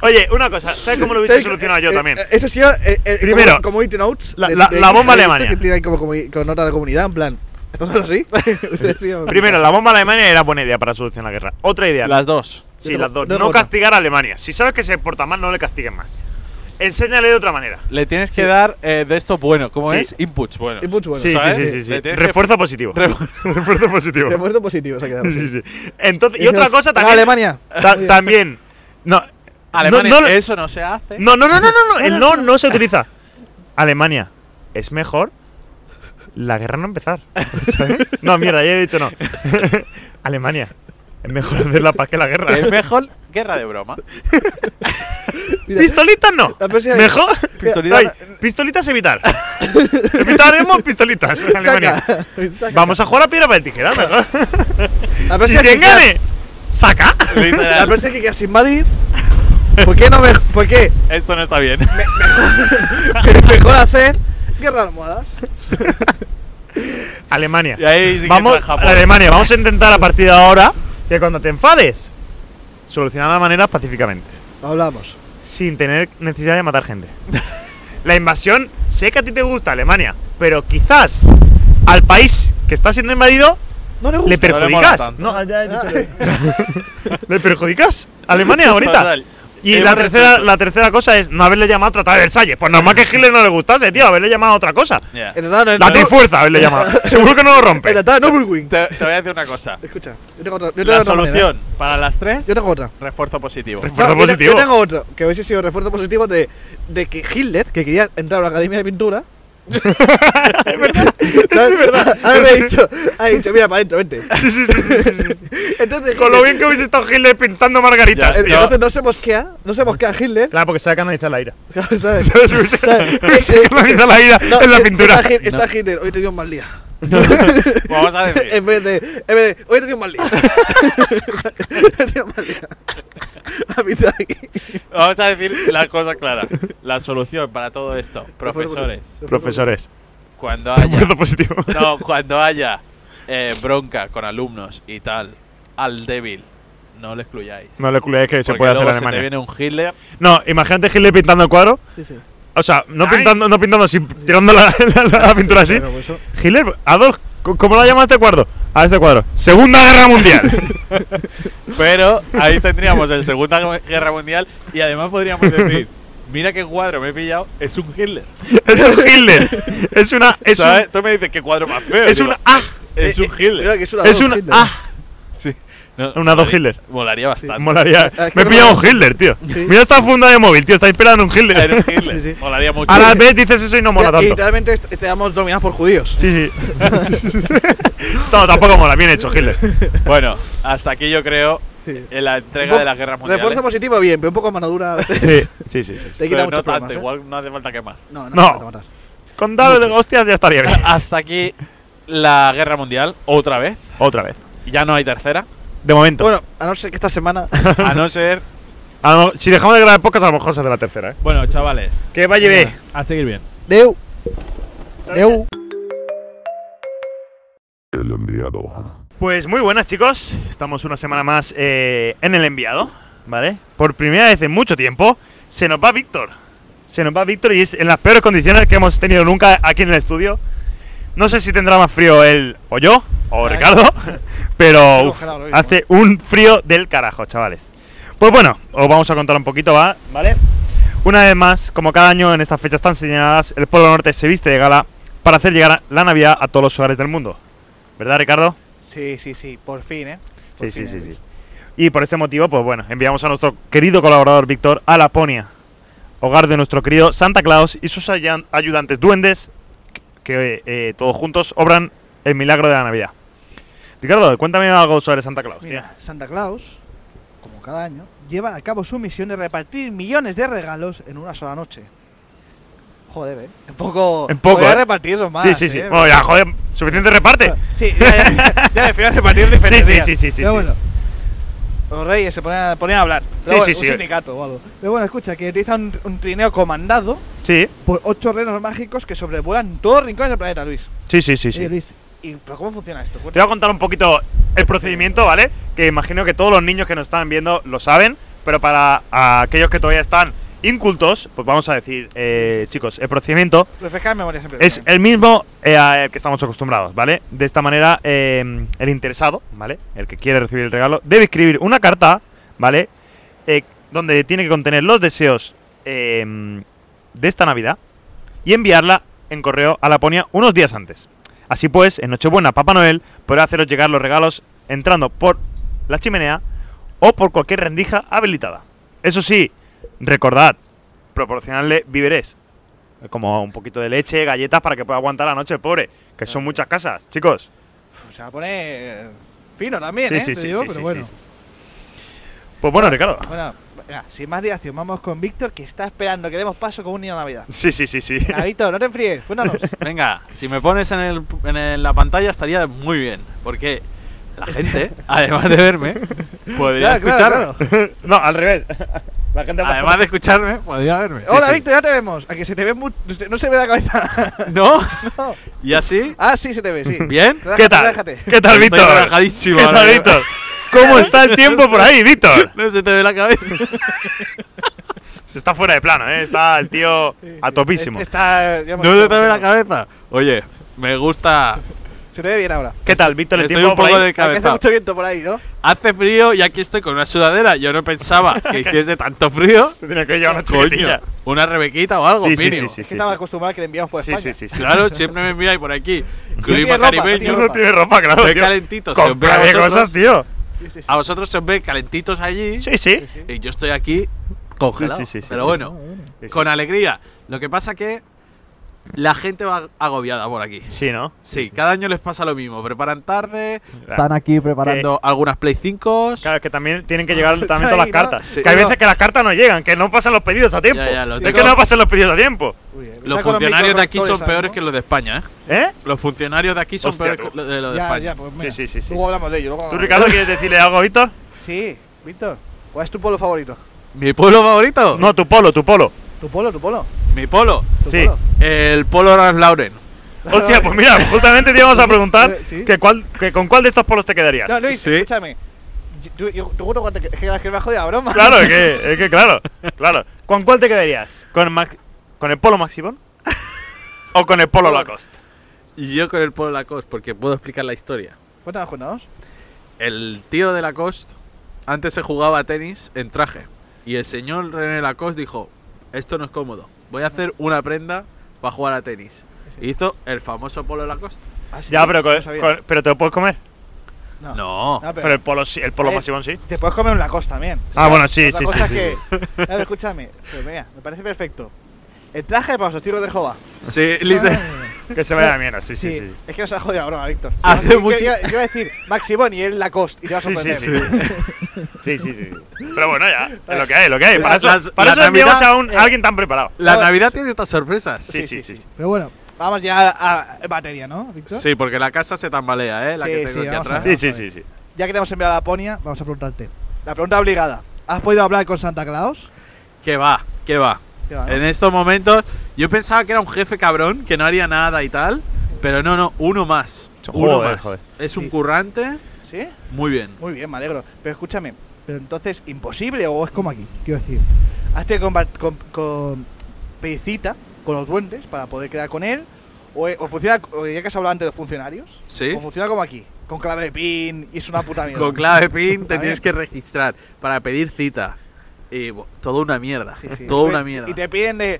S2: Oye, una cosa, ¿sabes cómo lo hubiese
S3: ¿Sabéis que-
S2: solucionado yo
S3: eh,
S2: también?
S3: eh, Eso sí, eh, eh,
S2: Primero,
S3: como, como It Notes.
S2: la- la- la bomba alemania.
S3: Que tiene como comu- con nota de comunidad, en plan. ¿Esto no es así? eh,
S2: Primero, la bomba a Alemania era buena idea para solucionar la guerra. Otra idea.
S1: Las dos.
S2: Sí,
S3: Luego-
S2: las dos.
S3: luego
S2: No
S3: otra.
S2: castigar a Alemania. Si sabes que se porta mal, no le castiguen más. Enséñale de otra manera.
S1: Le tienes que dar eh, de esto bueno. ¿Cómo
S2: Sí.
S1: es? Inputs buenos.
S3: Y mucho bueno.
S2: sí, sí,
S1: ¿sabes?
S2: sí, sí, sí.
S1: Le tienes que-
S2: Refuerzo positivo. Refuerzo positivo.
S3: De muerto positivo se ha quedado.
S2: Sí, sí, sí. Entonces, y
S3: Dijimos,
S2: otra cosa
S3: "Venga,
S2: también.
S3: Alemania.
S2: ta- también. No,
S1: Alemania,
S2: No, no,
S1: eso no se hace.
S2: no, no, no, no, no, no, El no no se utiliza. Alemania, es mejor la guerra no empezar. ¿sabes? No, mierda, ya he dicho no. Alemania, es mejor hacer la paz que la guerra.
S1: Es mejor guerra de broma.
S3: Mira,
S2: Pistolitas no.
S3: La próxima vez-
S2: Mejor.
S1: Pistolitas-
S2: Ay, pistolitas evitar. Evitaremos pistolitas en Alemania.
S3: taca. Taca.
S2: Vamos a jugar a piedra, papel, tijera, mejor.
S3: La
S2: Y
S3: próxima vez
S2: quien
S3: que quieras-
S2: gane, saca.
S3: La
S1: Literal.
S3: próxima vez que quieras invadir. ¿Por qué no me, ¿Por qué?
S1: Esto no está bien.
S3: Mejor hacer guerra de almohadas.
S2: Alemania.
S1: Y ahí sí que pues.
S2: Vamos
S1: entra
S2: a
S1: Japón.
S2: Alemania. Vamos a intentar a partir de ahora que cuando te enfades, solucionar la manera pacíficamente.
S3: Lo hablamos.
S2: Sin tener necesidad de matar gente. La invasión, sé que a ti te gusta Alemania, pero quizás al país que está siendo invadido
S3: No le
S2: le
S3: gusta.
S1: no le mola
S2: perjudicas.
S1: tanto.
S2: No, ya he dicho
S3: Ah,
S2: Le perjudicas a Alemania ahorita.
S1: Total.
S2: Y
S1: Hemos
S2: la
S1: hecho
S2: tercera,
S1: esto.
S2: la tercera cosa es no haberle llamado a Tratado de Versalles. Pues normal que Hitler no le gustase, tío, haberle llamado a otra cosa.
S1: Ya.
S3: En verdad, no,
S2: La
S3: no-
S2: trifuerza haberle llamado. Seguro que no lo
S3: En
S2: rompe.
S3: verdad, no Nürburgring.
S1: Te, te voy a decir una cosa.
S3: Escucha, yo tengo otra. Yo tengo
S1: La
S3: otra manera.
S1: solución para las tres,
S3: Yo tengo otra.
S1: refuerzo positivo.
S2: Refuerzo
S3: No, yo te-
S2: positivo.
S3: Yo tengo otro, que hubiese sido refuerzo positivo de, de que Hitler, que quería entrar a la Academia de Pintura, ¿Sabes? Haberme dicho, ha dicho, mira, para adentro, vente.
S2: Sí, sí, sí, sí, sí, sí.
S3: Entonces,
S2: Con lo bien que hubiese estado Hitler pintando margaritas,
S1: Ya,
S2: tío.
S3: entonces no se mosquea, no se mosquea Hitler,
S2: Claro, porque se va a canalizar la ira.
S3: ¿sabes?
S2: ¿Sabes? Hubiese- Se canaliza la ira
S3: No,
S2: en la
S3: eh,
S2: pintura.
S3: Está, Hit- está Hitler, hoy te dio un mal día.
S1: Vamos a decir.
S2: Em-
S3: en, vez de, en vez de, hoy te dio un mal día. Hoy te dio un mal día. A mitad de aquí.
S1: Vamos a decir la cosa clara. La solución para todo esto, profesores,
S2: Profesores,
S1: cuando haya.
S2: refuerzo positivo.
S1: No, cuando haya eh, bronca con alumnos y tal, al débil, no le excluyáis.
S2: No lo culéis que se
S1: Porque
S2: puede hacer en
S1: luego se te
S2: Alemania.
S1: viene un Hitler.
S2: No, imagínate Hitler pintando el cuadro.
S3: Sí, sí.
S2: O sea, no
S1: Ay.
S2: pintando, no pintando así, tirando la, la- la- la pintura así.
S3: Bueno, pues eso.
S2: Hitler, Adolf, ¿cómo- ¿cómo la llama este cuadro? A este cuadro. Segunda Guerra Mundial.
S1: Pero ahí tendríamos el Segunda Guerra Mundial y además podríamos decir, mira qué cuadro me he pillado, es un Hitler.
S2: es un Hitler. Es una. Es,
S1: ¿Sabes?
S2: un,
S1: Tú me dices qué cuadro más feo.
S2: es
S1: Digo,
S2: una A.
S1: Es
S3: Eh,
S1: un
S3: eh,
S1: Hitler.
S3: mira que es una
S2: Es ah,
S3: Adolf
S2: una
S3: Hitler.
S2: A.
S1: No, eh,
S2: un Adolf
S1: molaría-
S2: Hitler.
S1: Molaría bastante.
S2: Molaría.
S3: Ah, es que
S2: Me he
S3: no
S2: pillado
S3: lo-
S2: un Hitler, tío.
S3: Sí.
S2: Mira esta funda de móvil, tío. Está inspirando un
S1: Era un
S2: Hitler.
S1: Hitler.
S3: Sí, sí.
S1: Molaría mucho.
S2: Ahora ves, dices eso y no mola
S3: Y- Y
S2: tanto.
S3: literalmente est- estábamos dominados por judíos.
S2: Sí, sí. no, tampoco mola. Bien hecho, Hitler.
S1: Bueno, hasta aquí yo creo
S3: Sí.
S1: en la entrega de las guerras mundiales.
S3: Refuerzo positivo, bien, pero un poco manadura.
S2: Sí, sí, sí. sí.
S3: Te
S1: Pero
S3: quita mucho
S1: no tanto,
S3: problemas, ¿eh?
S1: igual no hace falta que más.
S3: No, no,
S2: No.
S3: no. matar.
S2: Con darle de hostias ya estaría bien.
S1: Hasta aquí la guerra mundial, otra vez.
S2: Otra vez.
S1: Ya no hay tercera.
S2: De momento.
S3: Bueno, a no ser que esta semana.
S1: A no ser.
S2: A lo- si dejamos de grabar podcast, a lo mejor se hace la tercera, ¿eh?
S1: Bueno, chavales,
S2: Que vaya bien.
S1: a seguir bien.
S3: Deu. Deu.
S4: El enviado.
S2: Pues muy buenas, chicos. Estamos una semana más eh, en el enviado, ¿vale? Por primera vez en mucho tiempo, se nos va Víctor. Se nos va Víctor y es en las peores condiciones que hemos tenido nunca aquí en el estudio. No sé si tendrá más frío él o yo, o
S3: Ah,
S2: Ricardo, pero
S3: Estoy
S2: uf,
S3: congelado ahora mismo,
S2: hace un frío del carajo, chavales. Pues bueno, os vamos a contar un poquito, ¿va? ¿vale? Una vez más, como cada año en estas fechas tan señaladas, el Polo Norte se viste de gala para hacer llegar la Navidad a todos los hogares del mundo. ¿Verdad, Ricardo?
S3: Sí, sí, sí, por fin, ¿eh?
S2: Sí, sí, sí, sí. Y por este motivo, pues bueno, enviamos a nuestro querido colaborador Víctor a Laponia, hogar de nuestro querido Santa Claus y sus ayan- ayudantes duendes, que eh, todos juntos obran el milagro de la Navidad. Ricardo, cuéntame algo sobre Santa Claus. tío.
S3: Mira, Santa Claus, como cada año, lleva a cabo su misión de repartir millones de regalos en una sola noche. Joder, ¿eh? Un poco.
S2: En poco,
S3: Podría
S2: ¿eh?
S3: repartirlo más.
S2: sí, sí, sí.
S3: ¿eh?
S2: Bueno, ya, joder, suficiente reparte.
S3: Sí, ya, ya, ya, al final se partió el
S2: Sí,
S3: diferente
S2: sí,
S3: día.
S2: sí, sí, sí.
S3: Pero
S2: sí.
S3: bueno. Los reyes se ponían, ponían a hablar. Pero
S2: Sí,
S3: bueno,
S2: sí,
S3: un
S2: sí.
S3: sindicato o algo. Pero bueno, escucha, que utilizan un, un trineo comandado
S2: Sí,
S3: por ocho renos mágicos que sobrevuelan todos los rincones del planeta, Luis.
S2: sí, sí, sí.
S3: Sí,
S2: sí.
S3: Luis. ¿Y pero cómo funciona esto?
S2: Te voy a contar un poquito el procedimiento, ¿vale? Que imagino que todos los niños que nos están viendo lo saben, pero para a aquellos que todavía están incultos, pues vamos a decir, eh, chicos, el procedimiento
S3: Refrescar memoria siempre.
S2: es el mismo eh, al que estamos acostumbrados, ¿vale? De esta manera, eh, el interesado, ¿vale? El que quiere recibir el regalo, debe escribir una carta, ¿vale? Eh, donde tiene que contener los deseos eh, de esta Navidad y enviarla en correo a Laponia unos días antes. Así pues, en Nochebuena, Papá Noel podrá haceros llegar los regalos entrando por la chimenea o por cualquier rendija habilitada. Eso sí, recordad, proporcionarle víveres como un poquito de leche, galletas para que pueda aguantar la noche, pobre, que son muchas casas, chicos.
S3: Uf, se va a poner fino también,
S2: Sí,
S3: ¿eh?
S2: sí,
S3: Te
S2: sí,
S3: digo,
S2: sí,
S3: pero
S2: sí,
S3: bueno.
S2: sí, Pues bueno, Ricardo.
S3: Bueno, venga, sin más dilación, vamos con Víctor que está esperando que demos paso con un niño a Navidad.
S2: Sí, sí, sí, sí.
S3: Ah, Víctor, no te enfríes, cuéntanos.
S1: Venga, si me pones en, el- en el- la pantalla estaría muy bien, porque la gente, además de verme, podría
S3: Claro, claro,
S1: escucharme.
S3: claro.
S2: No, al revés. La gente va-
S1: Además de escucharme, podría verme.
S3: Hola,
S2: sí.
S3: Víctor, ya te vemos. A que se te ve mu- no se ve la cabeza.
S1: ¿No?
S3: No.
S1: ¿Y así?
S3: Ah, sí, se te ve, sí.
S1: ¿Bien?
S3: Relájate,
S2: ¿Qué tal?
S3: Relájate.
S2: ¿Qué tal,
S1: Estoy
S2: Víctor?
S1: relajadísimo
S2: ¿Qué
S1: ahora ¿eh?
S2: tal,
S1: mismo.
S2: Víctor? ¿Cómo está el tiempo por ahí, Víctor?
S1: No se te ve la cabeza.
S2: Se está fuera de plano, ¿eh? Está el tío a topísimo.
S3: Este Está, ya hemos-
S1: No se te ve la cabeza. Oye, me gusta.
S3: Se te ve bien ahora.
S2: ¿Qué tal, Víctor? El
S1: Estoy
S2: tiempo
S1: un
S2: por
S1: poco
S2: ahí?
S1: de
S3: Aunque hace
S1: cabeza.
S3: mucho viento por ahí, ¿no?
S1: Hace frío y aquí estoy con una sudadera. Yo no pensaba que hiciese tanto frío.
S2: Se tiene que llevar una
S1: Coño,
S2: chaquetilla.
S1: una rebequita o algo,
S2: Sí, sí,
S1: mínimo.
S2: sí, sí,
S3: Es que
S2: sí.
S3: estaba acostumbrado a que le enviamos por
S2: Sí,
S3: España.
S2: sí, sí, sí.
S1: Claro, siempre me enviáis por aquí.
S3: tiene
S1: Clima
S3: ropa, no
S1: caribeño.
S2: No tiene ropa, claro,
S1: Estoy
S2: tío.
S1: calentito, se os ve a
S2: Compraré
S1: vosotros.
S2: cosas, tío.
S3: Sí, sí, sí.
S1: A vosotros se os ve calentitos allí
S2: Sí, sí.
S3: Sí, sí.
S1: y yo estoy aquí congelado.
S2: Sí, sí, sí, sí,
S1: Pero
S2: sí.
S1: bueno,
S2: Sí, sí.
S1: con alegría. Lo que pasa que La gente va agobiada por aquí.
S2: Sí, ¿no?
S1: Sí, cada año les pasa lo mismo. Preparan tarde,
S7: Están aquí preparando.
S1: dando algunas Play 5.
S2: Claro, que también tienen que llegar también todas
S3: ahí,
S2: las
S3: ¿no?
S2: cartas.
S1: Sí.
S2: Que hay
S3: No.
S2: veces que las cartas no llegan, que no pasan los pedidos a tiempo.
S1: Ya, ya, lo
S2: es
S1: tengo.
S2: que no pasan los pedidos a tiempo.
S3: eh,
S1: Los funcionarios de aquí son peores que los de España, ¿eh?
S2: ¿eh
S1: Los funcionarios de aquí son
S2: Hostia,
S1: peores que
S2: tú.
S1: los de los de
S3: Ya,
S1: España.
S3: ya, pues mira.
S2: Sí, sí, sí, sí.
S3: Luego hablamos de ello. Luego
S2: ¿Tú,
S3: hablamos de ello.
S2: Ricardo, quieres decirle algo a Víctor?
S3: Sí, Víctor. ¿Cuál es tu polo favorito?
S1: ¿Mi polo favorito?
S2: No, tu polo, tu polo.
S3: ¿Tu polo, tu polo?
S1: Mi polo.
S3: ¿Tu
S2: Sí.
S3: polo?
S1: El polo Ralph Lauren.
S2: Hostia, pues mira, justamente te íbamos a preguntar
S3: Sí.
S2: que, cuál, que con cuál de estos polos te quedarías.
S3: No, Luis,
S1: Sí.
S3: escúchame. Yo- Tú, yo, tú juro que, te- que, que me has jodido la broma.
S2: Claro, es que, es que claro, claro. ¿Con cuál te quedarías? ¿Con, Max- con el polo Maximón? ¿O con el polo Lacoste?
S1: Y yo con el polo Lacoste, porque puedo explicar la historia.
S3: ¿Cuántos has jugado?
S1: El tío de Lacoste antes se jugaba a tenis en traje. Y el señor René Lacoste dijo, esto no es cómodo. Voy a hacer una prenda para jugar a tenis. E hizo el famoso polo Lacoste.
S3: Ah, sí,
S2: Ya, pero, con-
S3: no sabía.
S2: con- pero te lo puedes comer.
S3: No.
S1: No.
S3: No, pero,
S2: Pero el polo, sí- el polo
S3: Eh,
S2: Maximón sí.
S3: te puedes comer un Lacoste también.
S2: Ah, bueno, sí,
S3: otra
S2: sí,
S3: cosa
S2: sí,
S3: es que. A ver, escúchame. Pero mira, me parece perfecto. El traje para los testigos de Jehová.
S1: Sí,
S3: Ah.
S1: literal.
S2: Que se vaya a la mierda, sí,
S3: Sí,
S2: sí, sí.
S3: es que nos ha jodido la broma, Víctor.
S1: Hace
S3: Yo- yo-
S1: mucho-
S3: Yo, yo iba a decir Maximón y él Lacoste y te vas a
S2: Sí, sí,
S3: sorprender.
S2: sí. Sí, sí, sí. Pero bueno, ya, es lo que hay, lo que hay. Para
S1: La-
S2: eso,
S1: las-
S2: para
S1: la
S2: eso enviamos
S1: Navidad-
S2: a, un, a alguien tan preparado.
S1: La
S3: No,
S1: Navidad tiene estas sorpresas.
S2: Sí, sí, sí.
S3: Pero bueno, vamos ya a, a batería, ¿no, Víctor?
S1: Sí, porque la casa se tambalea, ¿eh? La
S3: Sí,
S1: que tengo
S3: sí,
S1: aquí
S3: vamos a
S1: atrás.
S2: Sí, sí, sí. sí.
S3: Ya que te hemos enviado a Laponia, vamos a preguntarte. La pregunta obligada. ¿Has podido hablar con Santa Claus?
S1: Que va, que va.
S3: ¿Qué va, no?
S1: En estos momentos, yo pensaba que era un jefe cabrón, que no haría nada y tal. Pero no, no, uno más. Uno
S2: Joder,
S1: más.
S2: joder.
S1: Es un
S3: Sí.
S1: currante,
S3: ¿Sí?
S1: muy bien.
S3: Muy bien, me alegro. Pero escúchame, ¿pero entonces imposible o es como aquí? Quiero decir, ¿has tenido que con, con pedir cita con los duendes para poder quedar con él? ¿O, eh, o funciona, o ya que has hablado antes de funcionarios?
S1: Sí.
S3: ¿O funciona como aquí? Con clave de pin y es una puta mierda.
S1: Con clave PIN te
S3: Está
S1: tienes que registrar para pedir cita. Y bo- toda una mierda.
S3: Sí, sí.
S1: Toda una
S3: Y-
S1: mierda.
S3: Y te piden de.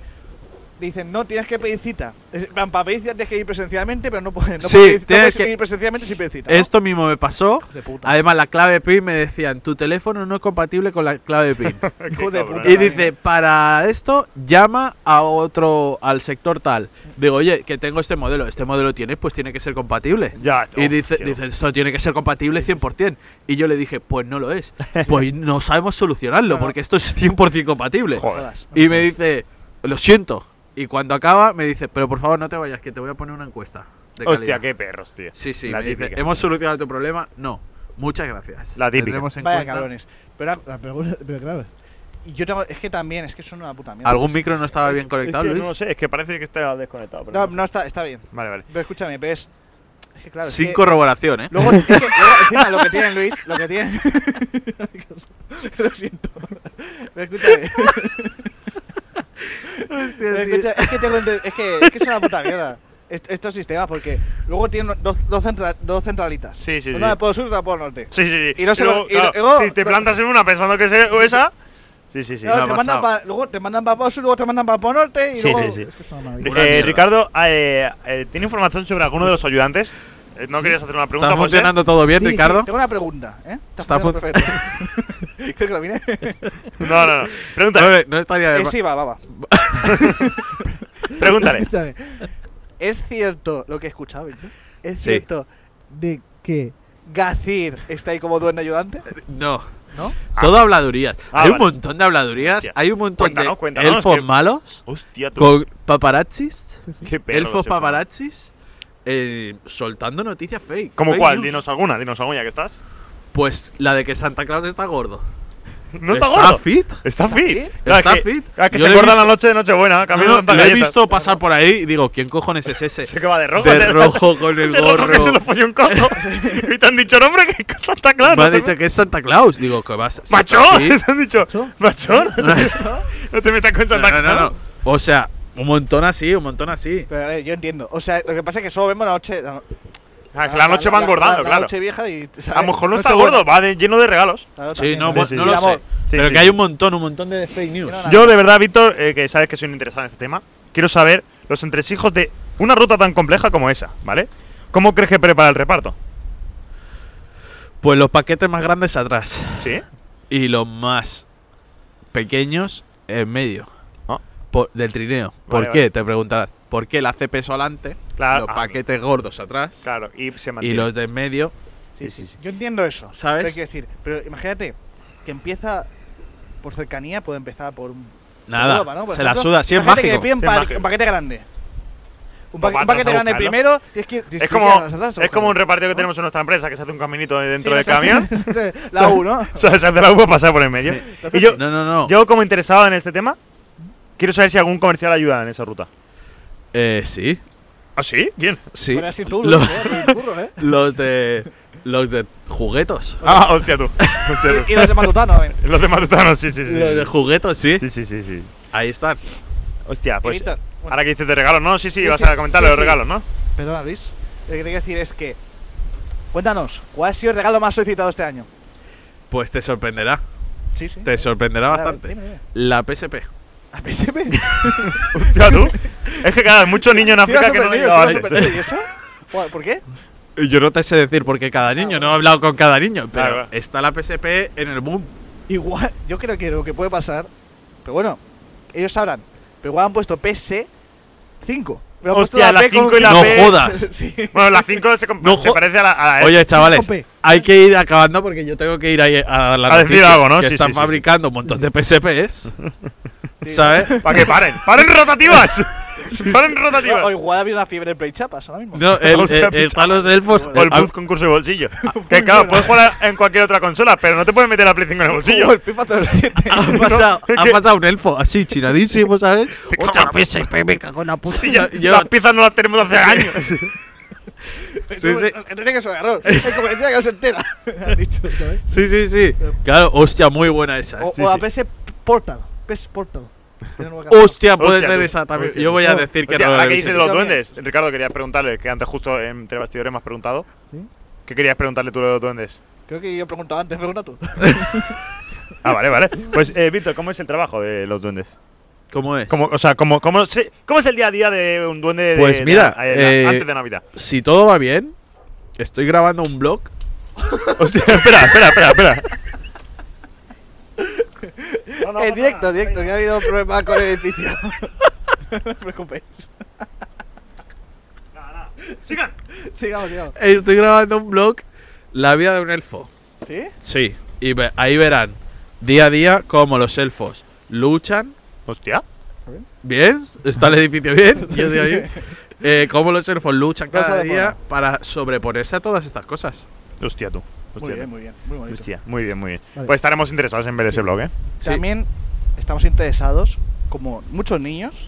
S3: Dicen, no, tienes que pedir cita. Es- en plan, Para pedir cita tienes que ir presencialmente, pero no puedes, no
S1: Sí,
S3: puedes, no
S1: tienes
S3: puedes
S1: que-
S3: ir presencialmente sin pedir cita. ¿no?
S1: Esto mismo me pasó.
S3: Hijos de puta.
S1: Además, la clave PIN me decían, tu teléfono no es compatible con la clave PIN.
S3: Hijo de puta.
S1: Y dice, para esto llama a otro, al sector tal. Digo, oye, que tengo este modelo, este modelo tiene, pues tiene que ser compatible.
S2: Ya,
S1: Y
S2: hostia.
S1: dice, dice, esto tiene que ser compatible 100%. Y yo le dije, pues no lo es. Pues no sabemos solucionarlo,
S3: Claro.
S1: porque esto es 100% compatible.
S2: Joder.
S3: Jodas.
S1: Y me dice, lo siento. Y cuando acaba, me dice, pero por favor no te vayas, que te voy a poner una encuesta. de
S2: Hostia,
S1: calidad".
S2: qué perros, tío.
S1: Sí, sí,
S2: La
S1: me dice,
S2: típica.
S1: hemos solucionado tu problema. No, muchas gracias.
S2: La típica.
S1: Tendremos en
S3: Vaya
S1: cuenta-
S3: cabrones. Pero, ah, pero, pero claro. Y yo tengo. Es que también, es que son una puta mierda.
S1: ¿Algún micro no estaba bien
S2: Es que
S1: conectado, Luis?
S2: no lo sé, es que parece que está desconectado. pero
S3: No,
S2: no.
S3: no, está, está bien.
S2: Vale, vale.
S3: Pero escúchame, pero es. Es que claro. es
S1: Sin
S3: que-
S1: corroboración, ¿eh?
S3: Luego, es que, luego, encima, lo que tienen, Luis, lo que tienen. lo siento. Pero escúchame. Pero escucha, es, que tengo ente- es, que, es que es una puta mierda. est- Estos sistemas, porque luego tienen dos, dos, centra- dos centralitas.
S2: Sí, sí,
S3: Una
S2: sí.
S3: de Polo Sur y otra de Polo Norte.
S2: Sí, sí, sí.
S3: Y no se
S2: luego,
S3: lo- y lo-
S2: claro,
S3: y luego-
S2: si te plantas en una pensando que es e- o esa. Sí, sí, sí.
S1: me ha
S3: Claro, te mandan
S1: pasado.
S3: pa- luego te mandan para Polo Sur, luego te mandan para Polo Norte y
S2: Sí,
S3: luego.
S2: sí, sí.
S3: Es que es una maravilla.
S2: Eh,
S1: Una mierda.
S2: Ricardo, eh, eh, ¿tiene información sobre alguno de los ayudantes? Eh, ¿No querías hacer una pregunta,
S1: ¿Está
S2: José?
S1: funcionando todo bien,
S3: ¿eh? Sí, sí,
S1: Ricardo?
S3: tengo una pregunta, ¿eh? Está,
S1: Está
S3: funcionando perfecto. Creo que lo vine.
S2: No, no, no. Pregúntale,
S1: No, no estaría de
S3: Eh,
S1: más.
S3: sí, va, va, va.
S2: pregúntale.
S7: Escúchame.
S3: ¿Es cierto lo que he escuchado? Víctor? ¿Es
S1: Sí.
S3: cierto
S7: ¿De qué?
S3: Gacir está ahí como duende ayudante?
S1: No.
S3: ¿No?
S1: Todo habladurías.
S2: Ah,
S1: hay un
S2: vale.
S1: montón de habladurías,
S2: Hostia.
S1: hay un montón
S2: Cuéntanos,
S1: de
S2: cuéntanos,
S1: elfos
S2: que-
S1: malos
S2: Hostia, tú.
S1: con paparazzis,
S7: Sí, sí.
S2: Qué perro
S1: elfos
S2: ese, Juan.
S1: paparazzis eh, soltando noticias fake.
S2: ¿Cómo
S1: fake
S2: cuál?
S1: news.
S2: Dinos alguna, dinos alguna ya que estás.
S1: Pues la de que Santa Claus está gordo.
S2: No está gordo.
S1: fit?
S2: Está fit.
S1: fit?
S2: Claro,
S1: Está
S2: es que-
S1: fit.
S2: claro, es que
S1: Yo
S2: se
S1: le he
S2: corta
S1: visto-
S2: la noche de Nochebuena,
S1: No,
S2: cambiando
S1: no,
S2: tantas
S1: lo he
S2: galletas.
S1: visto pasar por ahí y digo, ¿quién cojones es ese?
S2: Se que va de rojo.
S1: de
S2: te-
S1: rojo con el
S2: de rojo que se lo
S1: gorro.
S2: folló un cojo. y te han dicho, no, hombre, que cosa está clara.
S1: Me ha
S2: no te-
S1: dicho que es Santa Claus. Digo, ¿qué vas? si
S2: ¡Macho!
S1: está fit.
S2: Te han dicho, ¿macho? No te metas con
S1: No,
S2: Santa
S1: no, no,
S2: Claus.
S1: no. O sea, un montón así, un montón así.
S3: Pero a ver, yo entiendo. O sea, lo que pasa es que solo vemos la noche. La,
S2: Ah, que La noche va engordando,
S3: la- la
S2: claro.
S3: noche vieja y. ¿sabes?
S2: A lo mejor no
S3: Noche
S2: está
S3: buena.
S2: gordo, Pues va de- lleno de regalos.
S3: Claro,
S1: Sí,
S3: también,
S1: no,
S3: ¿no?
S1: bueno,
S2: sí,
S1: no
S2: sí.
S1: lo
S3: Digamos,
S1: sé. Pero
S2: sí,
S1: que hay
S2: sí.
S1: un montón, un montón de fake news.
S3: Quiero una-
S2: Yo, de verdad, Víctor, eh, que sabes que soy un interesado en este tema, quiero saber los entresijos de una ruta tan compleja como esa, ¿vale? ¿Cómo crees que prepara el reparto?
S1: Pues los paquetes más grandes atrás
S2: ¿Sí?
S1: y los más pequeños en medio
S2: Ah.
S1: por- del trineo. ¿Por
S2: Vale,
S1: qué?
S2: vale.
S1: Te preguntarás. porque él hace peso adelante,
S2: Claro,
S1: los
S2: ah,
S1: paquetes gordos atrás
S2: Claro, y se
S1: y
S2: mantiene.
S1: los de en medio.
S3: Sí,
S2: Sí,
S3: sí,
S2: sí,
S3: Yo entiendo eso.
S1: ¿Sabes?
S3: Pero quiero decir, pero imagínate que empieza por cercanía, puede empezar por un. por
S1: Nada,
S3: Europa, ¿no? Por
S1: se la
S3: ejemplo,
S1: suda, sí es
S3: imagínate que
S1: mágico.
S3: te piden
S2: Sí es
S3: pa-
S2: mágico.
S3: un paquete grande.
S2: Pues
S3: Un, pa- un
S2: vas
S3: paquete
S2: a
S3: grande
S2: buscarlo.
S3: primero, tienes que. tienes que
S2: Es
S3: ir
S2: como,
S3: a las alas,
S2: es como un
S3: ojo.
S2: repartido que tenemos en nuestra empresa, que se hace un caminito dentro
S3: Sí,
S2: del
S3: o sea,
S2: camión.
S3: la U, ¿no?
S2: O sea, se hace la uva pasar por el medio. Y yo,
S1: No, no, no.
S2: yo, como interesado en este tema, quiero saber si algún comercial ayuda en esa ruta.
S1: Eh, sí,
S2: ¿Ah, sí? ¿Quién?
S1: sí.
S3: Podrías ir tú,
S1: Lo-
S3: Luis, eh, el curro, ¿eh?
S1: los de los de juguetos.
S2: Ah, hostia tú. Hostia, tú.
S3: Y los de Matutano, ven.
S2: Los de Matutanos, sí, sí, sí.
S1: Los de juguetos, sí.
S2: Sí, sí, sí, sí.
S1: Ahí están.
S2: Hostia, pues.
S3: Víctor, bueno,
S2: Ahora que dices de regalos, no, sí, sí,
S3: Sí,
S2: vas
S3: sí,
S2: a comentar
S3: sí,
S2: los
S3: sí.
S2: regalos, ¿no?
S3: Perdona, Luis. Lo que te quiero decir es que. Cuéntanos, ¿cuál ha sido el regalo más solicitado este año?
S1: Pues te sorprenderá.
S3: Sí, sí.
S1: Te sorprenderá
S3: Dale,
S1: bastante.
S3: dime, dime.
S1: La PSP.
S3: ¿A PSP?
S2: Hostia tú. Es que, claro, hay muchos niños en
S3: Sí, me ha
S2: África que no
S3: sorprendido,
S2: llegaban
S3: sí, me ha
S2: antes.
S3: sorprendido. ¿Y eso? Joder, ¿Por qué?
S1: Yo no te sé decir porque cada niño,
S3: bueno.
S1: no he hablado con cada niño, pero
S2: Claro, claro.
S1: está la PSP en el boom.
S3: Igual, yo creo que lo que puede pasar. Pero bueno, ellos sabrán. Pero igual han puesto PS5. Pero han puesto
S2: Hostia, la
S3: P con
S2: 5 y la
S1: No
S2: P.
S1: jodas.
S3: sí.
S2: Bueno, la 5 se, comp-
S1: No
S2: se
S1: jo-
S2: parece a la. a la S.
S1: Oye, chavales,
S3: P.
S1: hay que ir acabando porque yo tengo que ir ahí a la
S2: A decir
S1: noticia,
S2: algo, ¿no?
S1: Que
S2: Sí,
S1: están
S2: sí, sí,
S1: fabricando un montón de PSPs,
S3: sí.
S1: ¿sabes?
S2: Para que paren. ¡Paren rotativas! ¡Paren rotativas!
S3: O, o igual había una fiebre en Play Chapas ahora mismo.
S1: No, el,
S2: Hostia,
S1: el- están los elfos.
S2: O el
S1: ah,
S2: Buzz concurso de bolsillo. Ah, que claro, puedes jugar en cualquier otra consola, pero no te puedes meter la Play 5 en el
S3: O
S2: bolsillo.
S3: el FIFA 07.
S1: ha, pasado, ha pasado un elfo así chinadísimo, ¿sabes? Otra PSP, me cago en la
S3: pues,
S1: puta.
S2: Sí, ya-
S1: Yo-
S2: Las piezas no las tenemos hace años.
S1: sí, sí.
S3: Tenía pues, que ser un error. El comercial que no se entera. Han dicho, ¿sabes?
S1: sí, sí, sí. Claro, hostia, muy buena esa.
S3: O,
S1: Ah, Sí,
S3: o la
S1: sí.
S3: PS Portal. PS Portal. Una nueva consola.
S1: Hostia, puede
S2: Hostia,
S1: ser
S2: tú.
S1: esa también.
S2: Hostia,
S1: Yo
S2: tú.
S1: voy a decir que
S2: Hostia,
S1: no lo
S2: ahora que
S1: he visto.
S2: dices de los
S3: Sí, también.
S2: duendes, Ricardo, quería preguntarle, que antes justo entre bastidores me has preguntado.
S8: ¿Sí?
S2: ¿Qué querías preguntarle tú de los duendes?
S3: Creo que yo he preguntado antes, pregunta tú.
S2: Ah, vale, vale. Pues, eh, Víctor, ¿cómo es el trabajo de los duendes?
S1: ¿Cómo es?
S2: ¿Cómo, o sea, cómo, cómo, se- cómo es el día a día de un duende de-
S1: Pues
S2: de-
S1: mira,
S2: de- de-
S1: eh,
S2: antes de Navidad?
S1: Si todo va bien, estoy grabando un blog.
S2: Hostia, espera, espera, espera, espera.
S3: En Eh, directo, en directo, que ha habido problemas con el edificio. no os preocupéis.
S2: Sigan.
S3: Sigamos, sigamos.
S1: Estoy grabando un blog, La vida de un elfo.
S3: ¿Sí?
S1: Sí, y ve- ahí verán día a día cómo los elfos luchan.
S2: Hostia.
S1: Bien, está el edificio bien. yo estoy ahí. Eh, cómo los elfos luchan
S3: Cosa
S1: cada
S3: de
S1: día
S3: moda.
S1: para sobreponerse a todas estas cosas.
S2: Hostia, tú. Hostia,
S3: Muy
S2: tú.
S3: bien, muy bien. Muy bonito.
S2: Hostia, muy bien, muy bien.
S8: Vale.
S2: Pues estaremos interesados en ver ese blog, ¿eh?
S1: Sí.
S3: También estamos interesados, como muchos niños,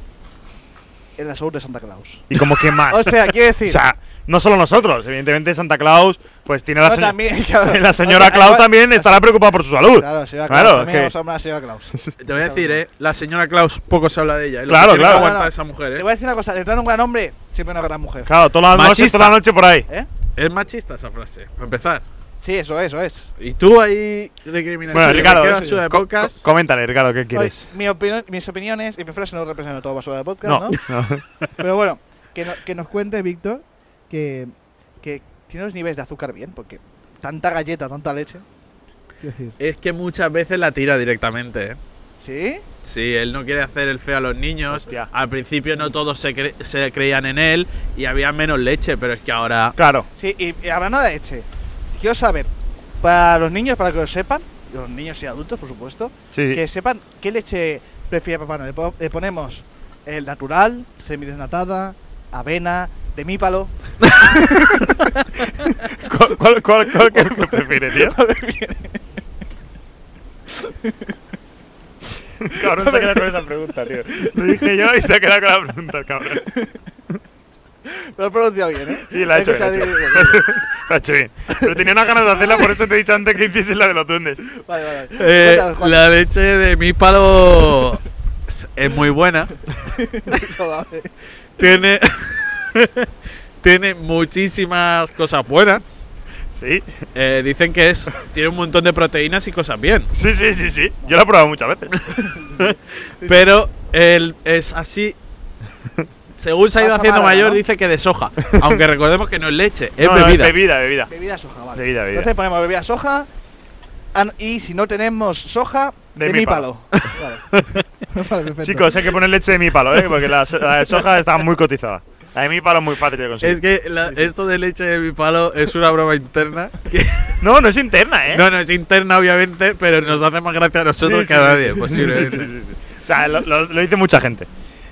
S3: en la salud de Santa Claus.
S2: Y como que más.
S3: O sea, quiero decir.
S2: Ah. O sea, no solo nosotros, evidentemente Santa Claus, pues tiene la,
S3: no,
S2: seño-
S3: también, claro.
S2: la señora
S3: O sea,
S2: Claus
S3: igual-
S2: también estará preocupada por su salud.
S3: Claro, la señora Claus.
S2: Claro,
S3: también
S2: que-
S3: vamos a hablar de la señora Claus.
S1: Te voy a decir, eh, la señora Claus, poco se habla de ella. eh, lo
S2: Claro,
S1: que tiene que
S2: claro.
S1: aguantar
S3: No, no.
S1: esa mujer,
S3: Te
S1: eh.
S3: voy a decir una cosa: detrás de un gran hombre, siempre una gran mujer.
S2: Claro, toda la, noche,
S1: Machista.
S2: toda la noche por ahí.
S3: ¿Eh?
S1: Es machista esa frase, para empezar.
S3: Sí, eso es, eso es.
S1: Y tú ahí recriminas.
S2: Bueno,
S1: Sí,
S2: Ricardo,
S1: recriminas
S2: sí.
S1: su de
S2: Co-
S1: pocas.
S2: co- coméntale, Ricardo, ¿qué quieres?
S3: Oye, mi opinión- mis opiniones y mi frase no representan toda basura de podcast,
S2: No,
S3: ¿no?
S2: no.
S3: Pero bueno, que, no- que nos cuente Víctor que, que tiene los niveles de azúcar bien, porque tanta galleta, tanta leche.
S8: ¿Qué decís?
S1: Es que muchas veces la tira directamente. ¿eh?
S3: ¿Sí?
S1: Sí, él no quiere hacer el feo a los niños.
S2: Hostia.
S1: Al principio no todos se, cre- se creían en él y había menos leche, pero es que ahora.
S2: Claro.
S3: Sí, y, y hablando de leche, quiero saber, para los niños, para que lo sepan, los niños y adultos, por supuesto,
S2: Sí, sí.
S3: que sepan qué leche prefiere Papá Noel. Po- Le ponemos el natural, semidesnatada, avena, de mípalo.
S2: ¿Cuál, cuál, cuál, cuál, qué- qué prefieres, tío? cabrón, se ha quedado con esa pregunta, tío. Lo dije yo y se ha quedado con la pregunta, el cabrón.
S3: Lo he pronunciado bien, ¿eh?
S2: Sí, la he hecho, bien, la he hecho.
S3: Escucha, digo, digo,
S2: La he hecho bien. Pero tenía unas ganas de hacerla, por eso te he dicho antes que hicieses la de los duendes.
S3: digo. Vale, vale. vale.
S1: Eh,
S3: Cuéntanos, Juan.
S1: la leche de mi palo es- es muy buena.
S3: Eso, vale.
S1: Tiene. tiene muchísimas cosas buenas.
S2: Sí,
S1: Eh, dicen que es. Tiene un montón de proteínas y cosas bien.
S2: sí, sí, sí, sí. Yo la he probado muchas veces.
S1: Pero él es así. Según se ha ido
S3: Pasa
S1: haciendo
S3: Málaga,
S1: mayor,
S3: ¿no?
S1: dice que de soja. Aunque recordemos que no es leche, es
S2: No, no,
S1: bebida.
S2: bebida, bebida.
S3: Bebida soja, vale.
S2: Bebida, bebida.
S3: Entonces ponemos bebida soja, an- y si no tenemos soja, de, mi palo. Vale. Vale, perfecto.
S2: Chicos, hay que poner leche de mi palo, ¿eh? Porque la, so- la de soja está muy cotizada. La de mi palo es muy fácil de conseguir.
S1: Es que la- esto de leche de mi palo es una broma interna. que-
S2: No, no es interna, ¿eh?
S1: no, no es interna, obviamente, pero nos hace más gracia a nosotros
S2: Sí,
S1: que
S2: sí,
S1: a
S2: sí.
S1: nadie, posiblemente.
S2: O sea, lo, lo- lo dice mucha gente.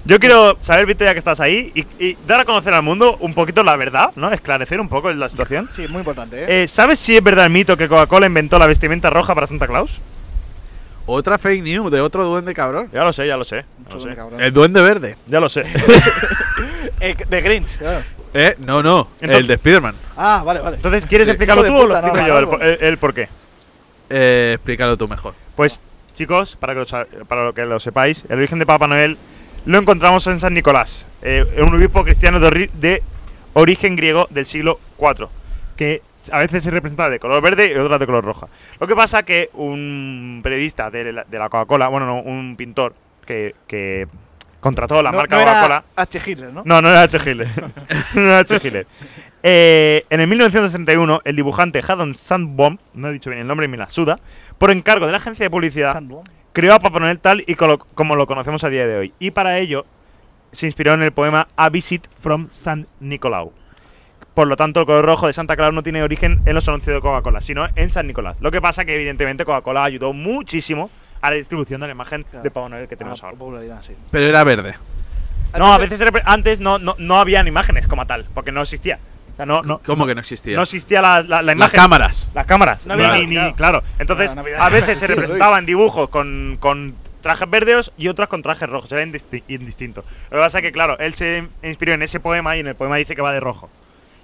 S2: Yo quiero saber, Víctor, ya que estás ahí, y, y dar a conocer al mundo un poquito la verdad, ¿no? Esclarecer un poco la situación.
S3: Sí, muy importante, ¿eh?
S2: Eh, ¿Sabes si es verdad el mito que Coca-Cola inventó la vestimenta roja para Santa Claus?
S1: Otra fake news de otro duende cabrón.
S2: Ya lo sé, ya lo sé. Ya lo
S3: Chupame,
S2: sé.
S3: cabrón.
S1: El duende verde.
S2: Ya lo sé.
S3: Eh, de Grinch, claro.
S1: Eh, no, no.
S2: Entonces-
S1: el de Spiderman.
S3: Ah, vale, vale.
S2: Entonces, ¿quieres
S1: Sí.
S2: explicarlo
S3: Hijo
S2: tú
S3: de
S2: o lo
S3: puta,
S2: explico
S3: no,
S2: yo el,
S3: Manolo.
S2: por- el- el por qué?
S1: Eh, explícalo tú mejor.
S2: Pues, chicos, para que, lo, sa- para lo que lo sepáis, el origen de Papá Noel lo encontramos en San Nicolás, eh, en un obispo cristiano de, ori- de origen griego del siglo IV, que a veces se representa de color verde y otras de color roja. Lo que pasa que un periodista de la, de la Coca-Cola, bueno, no, un pintor que, que contrató la
S3: no,
S2: marca
S3: no era
S2: Coca-Cola.
S3: H. Hitler, ¿no?
S2: No, no era H. Hitler. no era H. Hitler. Eh, en el 1961, el dibujante Haddon Sandbaum, no he dicho bien el nombre, me la suda, por encargo de la agencia de publicidad,
S3: Sandworm.
S2: creó a Papá Noel tal y colo- como lo conocemos a día de hoy. Y para ello se inspiró en el poema A Visit from San Nicolau. Por lo tanto, el color rojo de Santa Claus no tiene origen en los anuncios de Coca-Cola, sino en San Nicolás. Lo que pasa que, evidentemente, Coca-Cola ayudó muchísimo a la distribución de la imagen
S3: Claro.
S2: de Papá Noel que tenemos
S3: Ah,
S2: ahora.
S3: popularidad, sí.
S1: Pero era verde.
S2: No, a veces era- antes no, no, no habían imágenes como tal, porque no existía. O sea, no, no,
S1: ¿Cómo que no existía?
S2: no existía la, la- la
S1: Las
S2: imagen.
S1: cámaras.
S2: Las cámaras.
S3: No había
S2: Ni- ni-
S3: nada,
S2: ni- claro. Ah, Entonces,
S3: No, no había
S2: a
S3: nada.
S2: veces se
S3: Sí, Luis.
S2: representaban dibujos con, con trajes verdes y otras con trajes rojos. Era indisti- indistinto. Lo que pasa es que, claro, él se inspiró en ese poema y en el poema dice que va de rojo.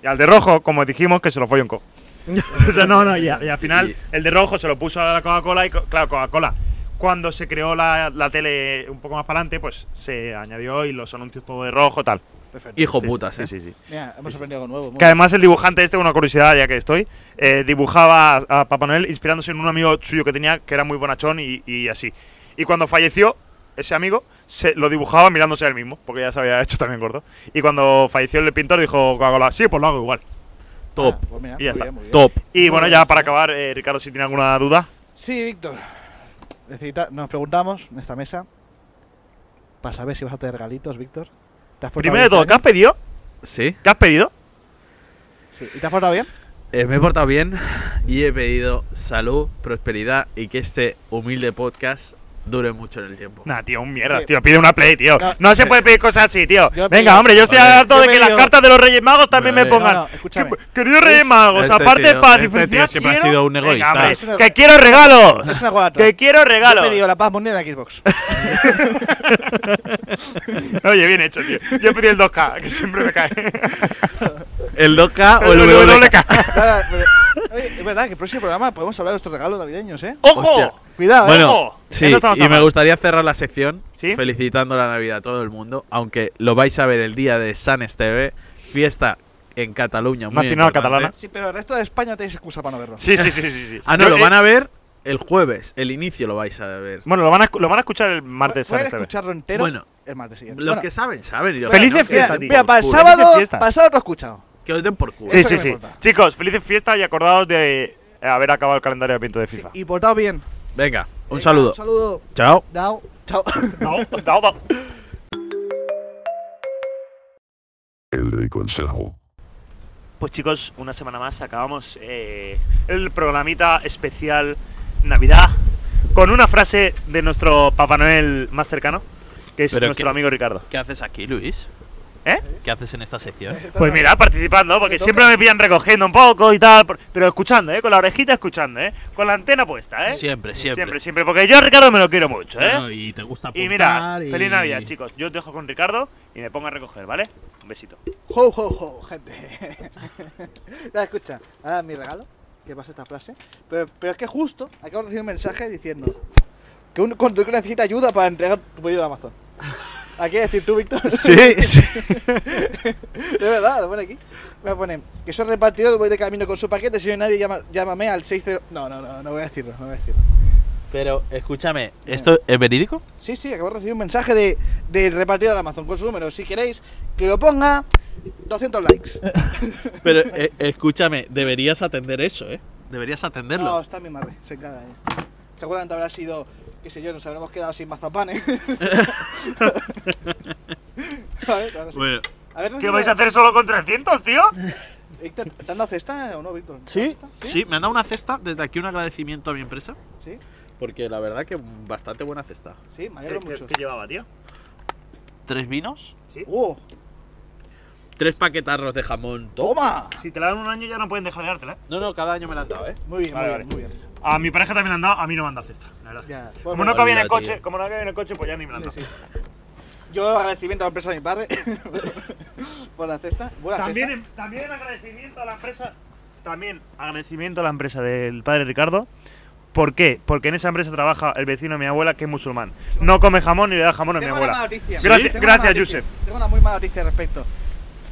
S2: Y al de rojo, como dijimos, que se lo fue un cojo. o sea, no, no, y, a- y al final
S1: Y-
S2: el de rojo se lo puso a la Coca-Cola y, co- claro, Coca-Cola. Cuando se creó la, la tele un poco más para adelante, pues se añadió y los anuncios todo de rojo, tal.
S3: Perfecto.
S1: Hijo
S2: Sí,
S1: putas, eh.
S2: sí, sí, sí.
S3: Mira, hemos aprendido algo nuevo. muy
S2: Que además el dibujante este, una curiosidad ya que estoy, eh, dibujaba a, a Papá Noel inspirándose en un amigo suyo que tenía, que era muy bonachón y, y así. Y cuando falleció, ese amigo se lo dibujaba mirándose a él mismo, porque ya se había hecho también gordo. Y cuando falleció el pintor dijo Coca-Cola, sí, pues lo hago igual.
S3: bien.
S1: Top,
S3: Ah, pues mira,
S2: Y ya
S3: muy
S2: está.
S3: bien, muy bien.
S1: top.
S2: Y bueno,
S3: Muy
S2: ya
S3: bien,
S2: para
S3: sí. Pues
S2: acabar, eh, Ricardo, si tiene alguna duda.
S3: Sí, Víctor. Necesita- Nos preguntamos en esta mesa para saber si vas a tener regalitos, Víctor. ¿Te has portado
S2: Primero de
S3: bien
S2: todo,
S3: este
S2: ¿qué has
S3: año?
S2: pedido?
S1: ¿Sí?
S2: ¿Qué has pedido?
S3: Sí. ¿Y te has portado bien?
S1: Eh, me he portado bien y he pedido salud, prosperidad y que este humilde podcast dure mucho en el tiempo.
S2: Nah, tío, un mierda,
S3: Sí.
S2: tío. Pide una play, tío.
S3: No.
S2: No, se puede pedir cosas así, tío.
S3: Yo he pedido-
S2: Venga, hombre, yo estoy
S1: Vale.
S2: harto
S3: Yo he
S2: de que las
S3: pedido-
S2: cartas de los Reyes Magos también me
S1: Vale.
S2: pongan.
S3: No, no, escúchame.
S2: Que- Querido Reyes Magos,
S1: Este
S2: aparte
S1: tío-
S2: para
S1: este
S2: diferenciar
S1: tío siempre ha
S2: quiero-
S1: sido un
S2: Venga,
S1: egoísta.
S2: hombre,
S3: Es una-
S2: que quiero regalo.
S3: Es una guata.
S2: que quiero
S3: Yo
S2: regalo.
S3: he pedido la paz mundial en Xbox.
S2: Oye, bien hecho, tío. Yo he pedido el 2K, que siempre me cae.
S1: ¿El 2K o el
S2: El
S1: WK?
S3: Nada, pero- Oye, es verdad que el próximo programa podemos hablar de nuestros regalos navideños, ¿eh?
S2: Oh.
S1: Hostia.
S2: ¡Ojo!
S3: Cuidado, ¿eh?
S1: Bueno,
S2: Ojo,
S1: sí,
S2: eso está
S1: y me
S2: mal.
S1: gustaría cerrar la sección
S2: ¿Sí?
S1: felicitando la Navidad a todo el mundo, aunque lo vais a ver el día de San Esteve, fiesta en Cataluña. Muy
S2: Nacional
S1: importante.
S2: catalana.
S3: Sí, pero el resto de España tenéis excusa para no verlo.
S2: Sí, sí, sí, sí, sí.
S1: Ah, no,
S2: Yo-
S1: lo
S2: eh,
S1: van a ver el jueves, el inicio lo vais a ver.
S2: Bueno, lo van a, escu- lo van a escuchar el martes.
S3: Pueden
S2: ¿sabes?
S3: escucharlo entero
S1: Bueno,
S3: el martes siguiente.
S1: Los
S3: Bueno,
S1: que saben, saben. y los
S2: Felices
S1: que no, que
S2: fiestas,
S1: os
S3: mira,
S1: den
S2: tío.
S3: mira,
S1: por
S3: para el
S1: culo.
S3: sábado,
S2: Felices fiestas.
S3: para el sábado lo he escuchado.
S1: Que os den por culo.
S2: Sí,
S3: Eso
S2: sí,
S3: que me
S2: sí.
S3: importa.
S2: Chicos, felices fiestas y acordaos de haber acabado el calendario de pinto de FIFA.
S3: Y portado bien.
S1: Venga, un
S3: Venga,
S1: saludo.
S3: Un saludo.
S1: Chao.
S3: Dao. Chao.
S2: No, no, no.
S4: El consejo.
S2: Pues chicos, una semana más acabamos eh, el programita especial Navidad con una frase de nuestro Papá Noel más cercano, que es
S1: Pero
S2: nuestro
S1: que-
S2: amigo Ricardo.
S1: ¿Qué haces aquí, Luis?
S2: ¿Eh?
S1: ¿Qué haces en esta sección?
S2: Pues mira, participando, porque
S3: Me toca.
S2: siempre me pillan recogiendo un poco y tal, por- pero escuchando, ¿eh? Con la orejita escuchando, ¿eh? Con la antena puesta, ¿eh?
S1: Siempre, siempre.
S2: Siempre, siempre, porque yo a Ricardo me lo quiero mucho, ¿eh?
S1: Bueno, y te gusta
S2: y mira,
S1: apuntar y-
S2: feliz Navidad, chicos. Yo os dejo con Ricardo y me pongo a recoger, ¿vale? Un besito.
S3: Ho, ho, ho, gente. Nada, escucha, ahora mi regalo, que pasa esta frase. Pero, pero es que justo acabo de recibir un mensaje diciendo que un conductor necesita ayuda para entregar tu pedido de Amazon. ¿A qué decir tú, Víctor?
S1: Sí, sí.
S3: De verdad, lo pone aquí. Me pone que soy repartidor, voy de camino con su paquete. Si no hay nadie, llama- llámame al 60. No, no, no, no voy a decirlo, no voy a decirlo.
S1: Pero escúchame, ¿esto es verídico?
S3: Sí, sí, acabo de recibir un mensaje de, del repartidor de Amazon con su número. Si queréis que lo ponga, 200 likes.
S1: Pero eh, escúchame, deberías atender eso, ¿eh? Deberías
S3: No,
S1: atenderlo.
S3: está mi madre, se encarga ella. Seguramente habrá sido, qué sé yo, nos habremos quedado sin mazapanes. ¿Sabes? Claro que sí.
S1: Bueno,
S3: A ver,
S2: ¿Qué vais a hacer solo con 300, tío?
S3: Víctor, ¿te han dado cesta eh, o no, Víctor?
S9: Sí.
S1: sí, me han dado una cesta. Desde aquí un agradecimiento a mi empresa.
S3: Sí,
S1: Porque la verdad que bastante buena cesta.
S3: sí, me
S2: ¿Qué,
S3: alegro
S2: qué-
S3: mucho.
S2: qué llevaba, tío?
S1: Tres vinos,
S3: ¡Uh!
S1: tres paquetarros de jamón.
S3: ¡Toma!
S2: Si te la dan un año ya no pueden dejar de dártela, ¿eh?
S1: No, no, cada año me la han dado, ¿eh?
S3: Muy bien,
S2: Vale,
S3: muy
S2: vale.
S3: bien, muy bien.
S2: A mi pareja también la han dado, a mí no me han dado cesta, la verdad.
S3: Ya,
S2: Como
S3: bueno,
S2: no cabía en el
S1: Olvídate,
S2: coche,
S1: tío.
S2: como no cabía en el coche, pues ya ni me la han dado.
S3: sí, sí. Yo agradecimiento a la empresa de mi padre por la cesta. Buena cesta.
S2: También, también agradecimiento a la empresa. También agradecimiento a la empresa del padre Ricardo. ¿Por qué? Porque en esa empresa trabaja el vecino de mi abuela, que es musulmán. No come jamón ni le da jamón a mi
S3: Tengo una mala
S2: abuela.
S3: noticia.
S2: Gracias-
S3: Tengo una
S2: gracias,
S3: mala noticia.
S2: Josep.
S3: Tengo una muy mala noticia al respecto.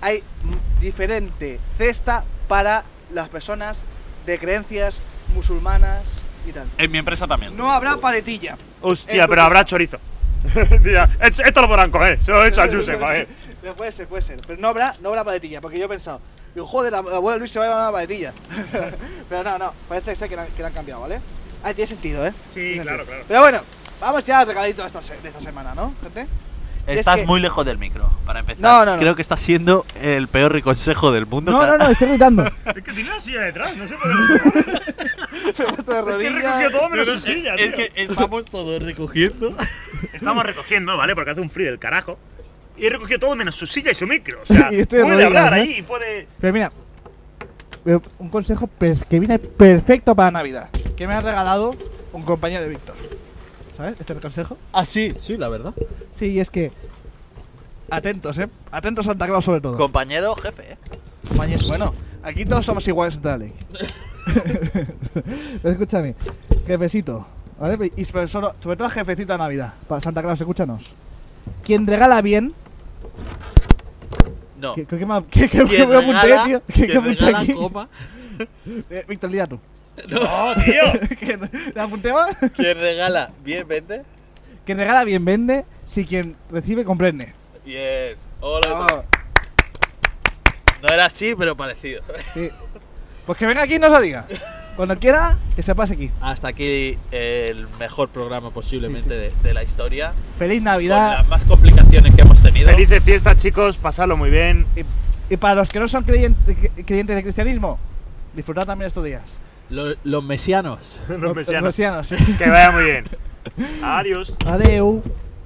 S3: Hay mm, diferente cesta para las personas de creencias musulmanas y tal.
S1: En mi empresa también.
S3: No habrá paletilla.
S2: Hostia,
S3: En tu
S2: pero habrá chorizo. Dirá, "Esto- esto lo podrán comer, se lo he hecho a Josep, a ver.
S3: Pero puede ser, puede ser. Pero no habrá, no habrá paletilla, porque yo he pensado, digo, joder, la, la abuela Luis se va a llevar una paletilla. Pero no, no, parece ser que la, que la han cambiado, ¿vale? Ah, tiene sentido, ¿eh?
S2: Sí,
S3: Tiene
S2: claro, claro.
S3: sentido. Pero bueno, vamos ya al regalito de esta, se- de esta semana, ¿no, gente?
S1: Estás
S3: Es que-
S1: muy lejos del micro, para empezar.
S3: No, no, no.
S1: Creo que está siendo el peor reconsejo del mundo.
S10: No,
S1: Cada-
S10: no, no, estoy gritando.
S2: Es que tiene una silla detrás, no sé por qué.
S3: Me he
S2: Es que
S3: puesto de
S2: he
S3: rodillas.
S2: recogido todo menos su silla,
S1: Es
S2: tío.
S1: que estamos todos recogiendo.
S2: Estamos recogiendo, ¿vale? Porque hace un frío del carajo. Y he recogido todo menos su silla y su micro. O sea,
S10: Y estoy de
S2: puede
S10: rodillas,
S2: hablar
S10: ¿ves?
S2: ahí y puede.
S10: Pero mira, eh, un consejo pues, que viene perfecto para Navidad.
S3: Navidad, que me ha regalado un compañero de Víctor. ¿Sabes? Este es el consejo.
S1: Ah, sí, sí, la verdad.
S10: Sí, y es que
S3: Atentos, ¿eh? Atentos a Santa Claus sobre todo.
S1: Compañero jefe, ¿eh?
S3: Compañeros, bueno, aquí todos somos iguales en Santa Ley.
S10: Pero Escúchame, jefecito, ¿vale?
S3: Y sobre, solo- sobre todo jefecito de Navidad. Para Santa Claus, escúchanos. Quien regala bien.
S1: No.
S10: ¿Qué, qué, qué, mal- qué, qué-
S1: Quien
S10: me apunté,
S1: regala-
S10: tío? ¿Qué, qué
S1: quien
S10: apunté
S1: regala
S10: aquí?
S1: coma,
S3: Eh, Víctor, lía tú.
S2: ¡No, tío!
S3: ¿Quien- ¿Le apunté más?
S1: quien regala bien vende,
S10: Quien regala bien vende, si quien recibe comprende.
S1: bien. Hola. No era así, pero parecido.
S3: Sí. Pues que venga aquí y nos lo diga. Cuando quiera, que se pase aquí.
S1: Hasta aquí el mejor programa posiblemente
S3: Sí,
S1: De, de la historia.
S10: Feliz
S1: Con
S10: Navidad.
S1: las más complicaciones que hemos tenido.
S2: Felices fiestas, chicos, pasadlo muy bien.
S10: Y para los que no son creyente- cre- creyentes de cristianismo, disfrutad también estos días.
S1: Lo- los mesianos.
S2: Los mesianos.
S10: Los mesianos, sí.
S2: Que vaya muy bien. Adiós.
S10: Adeu.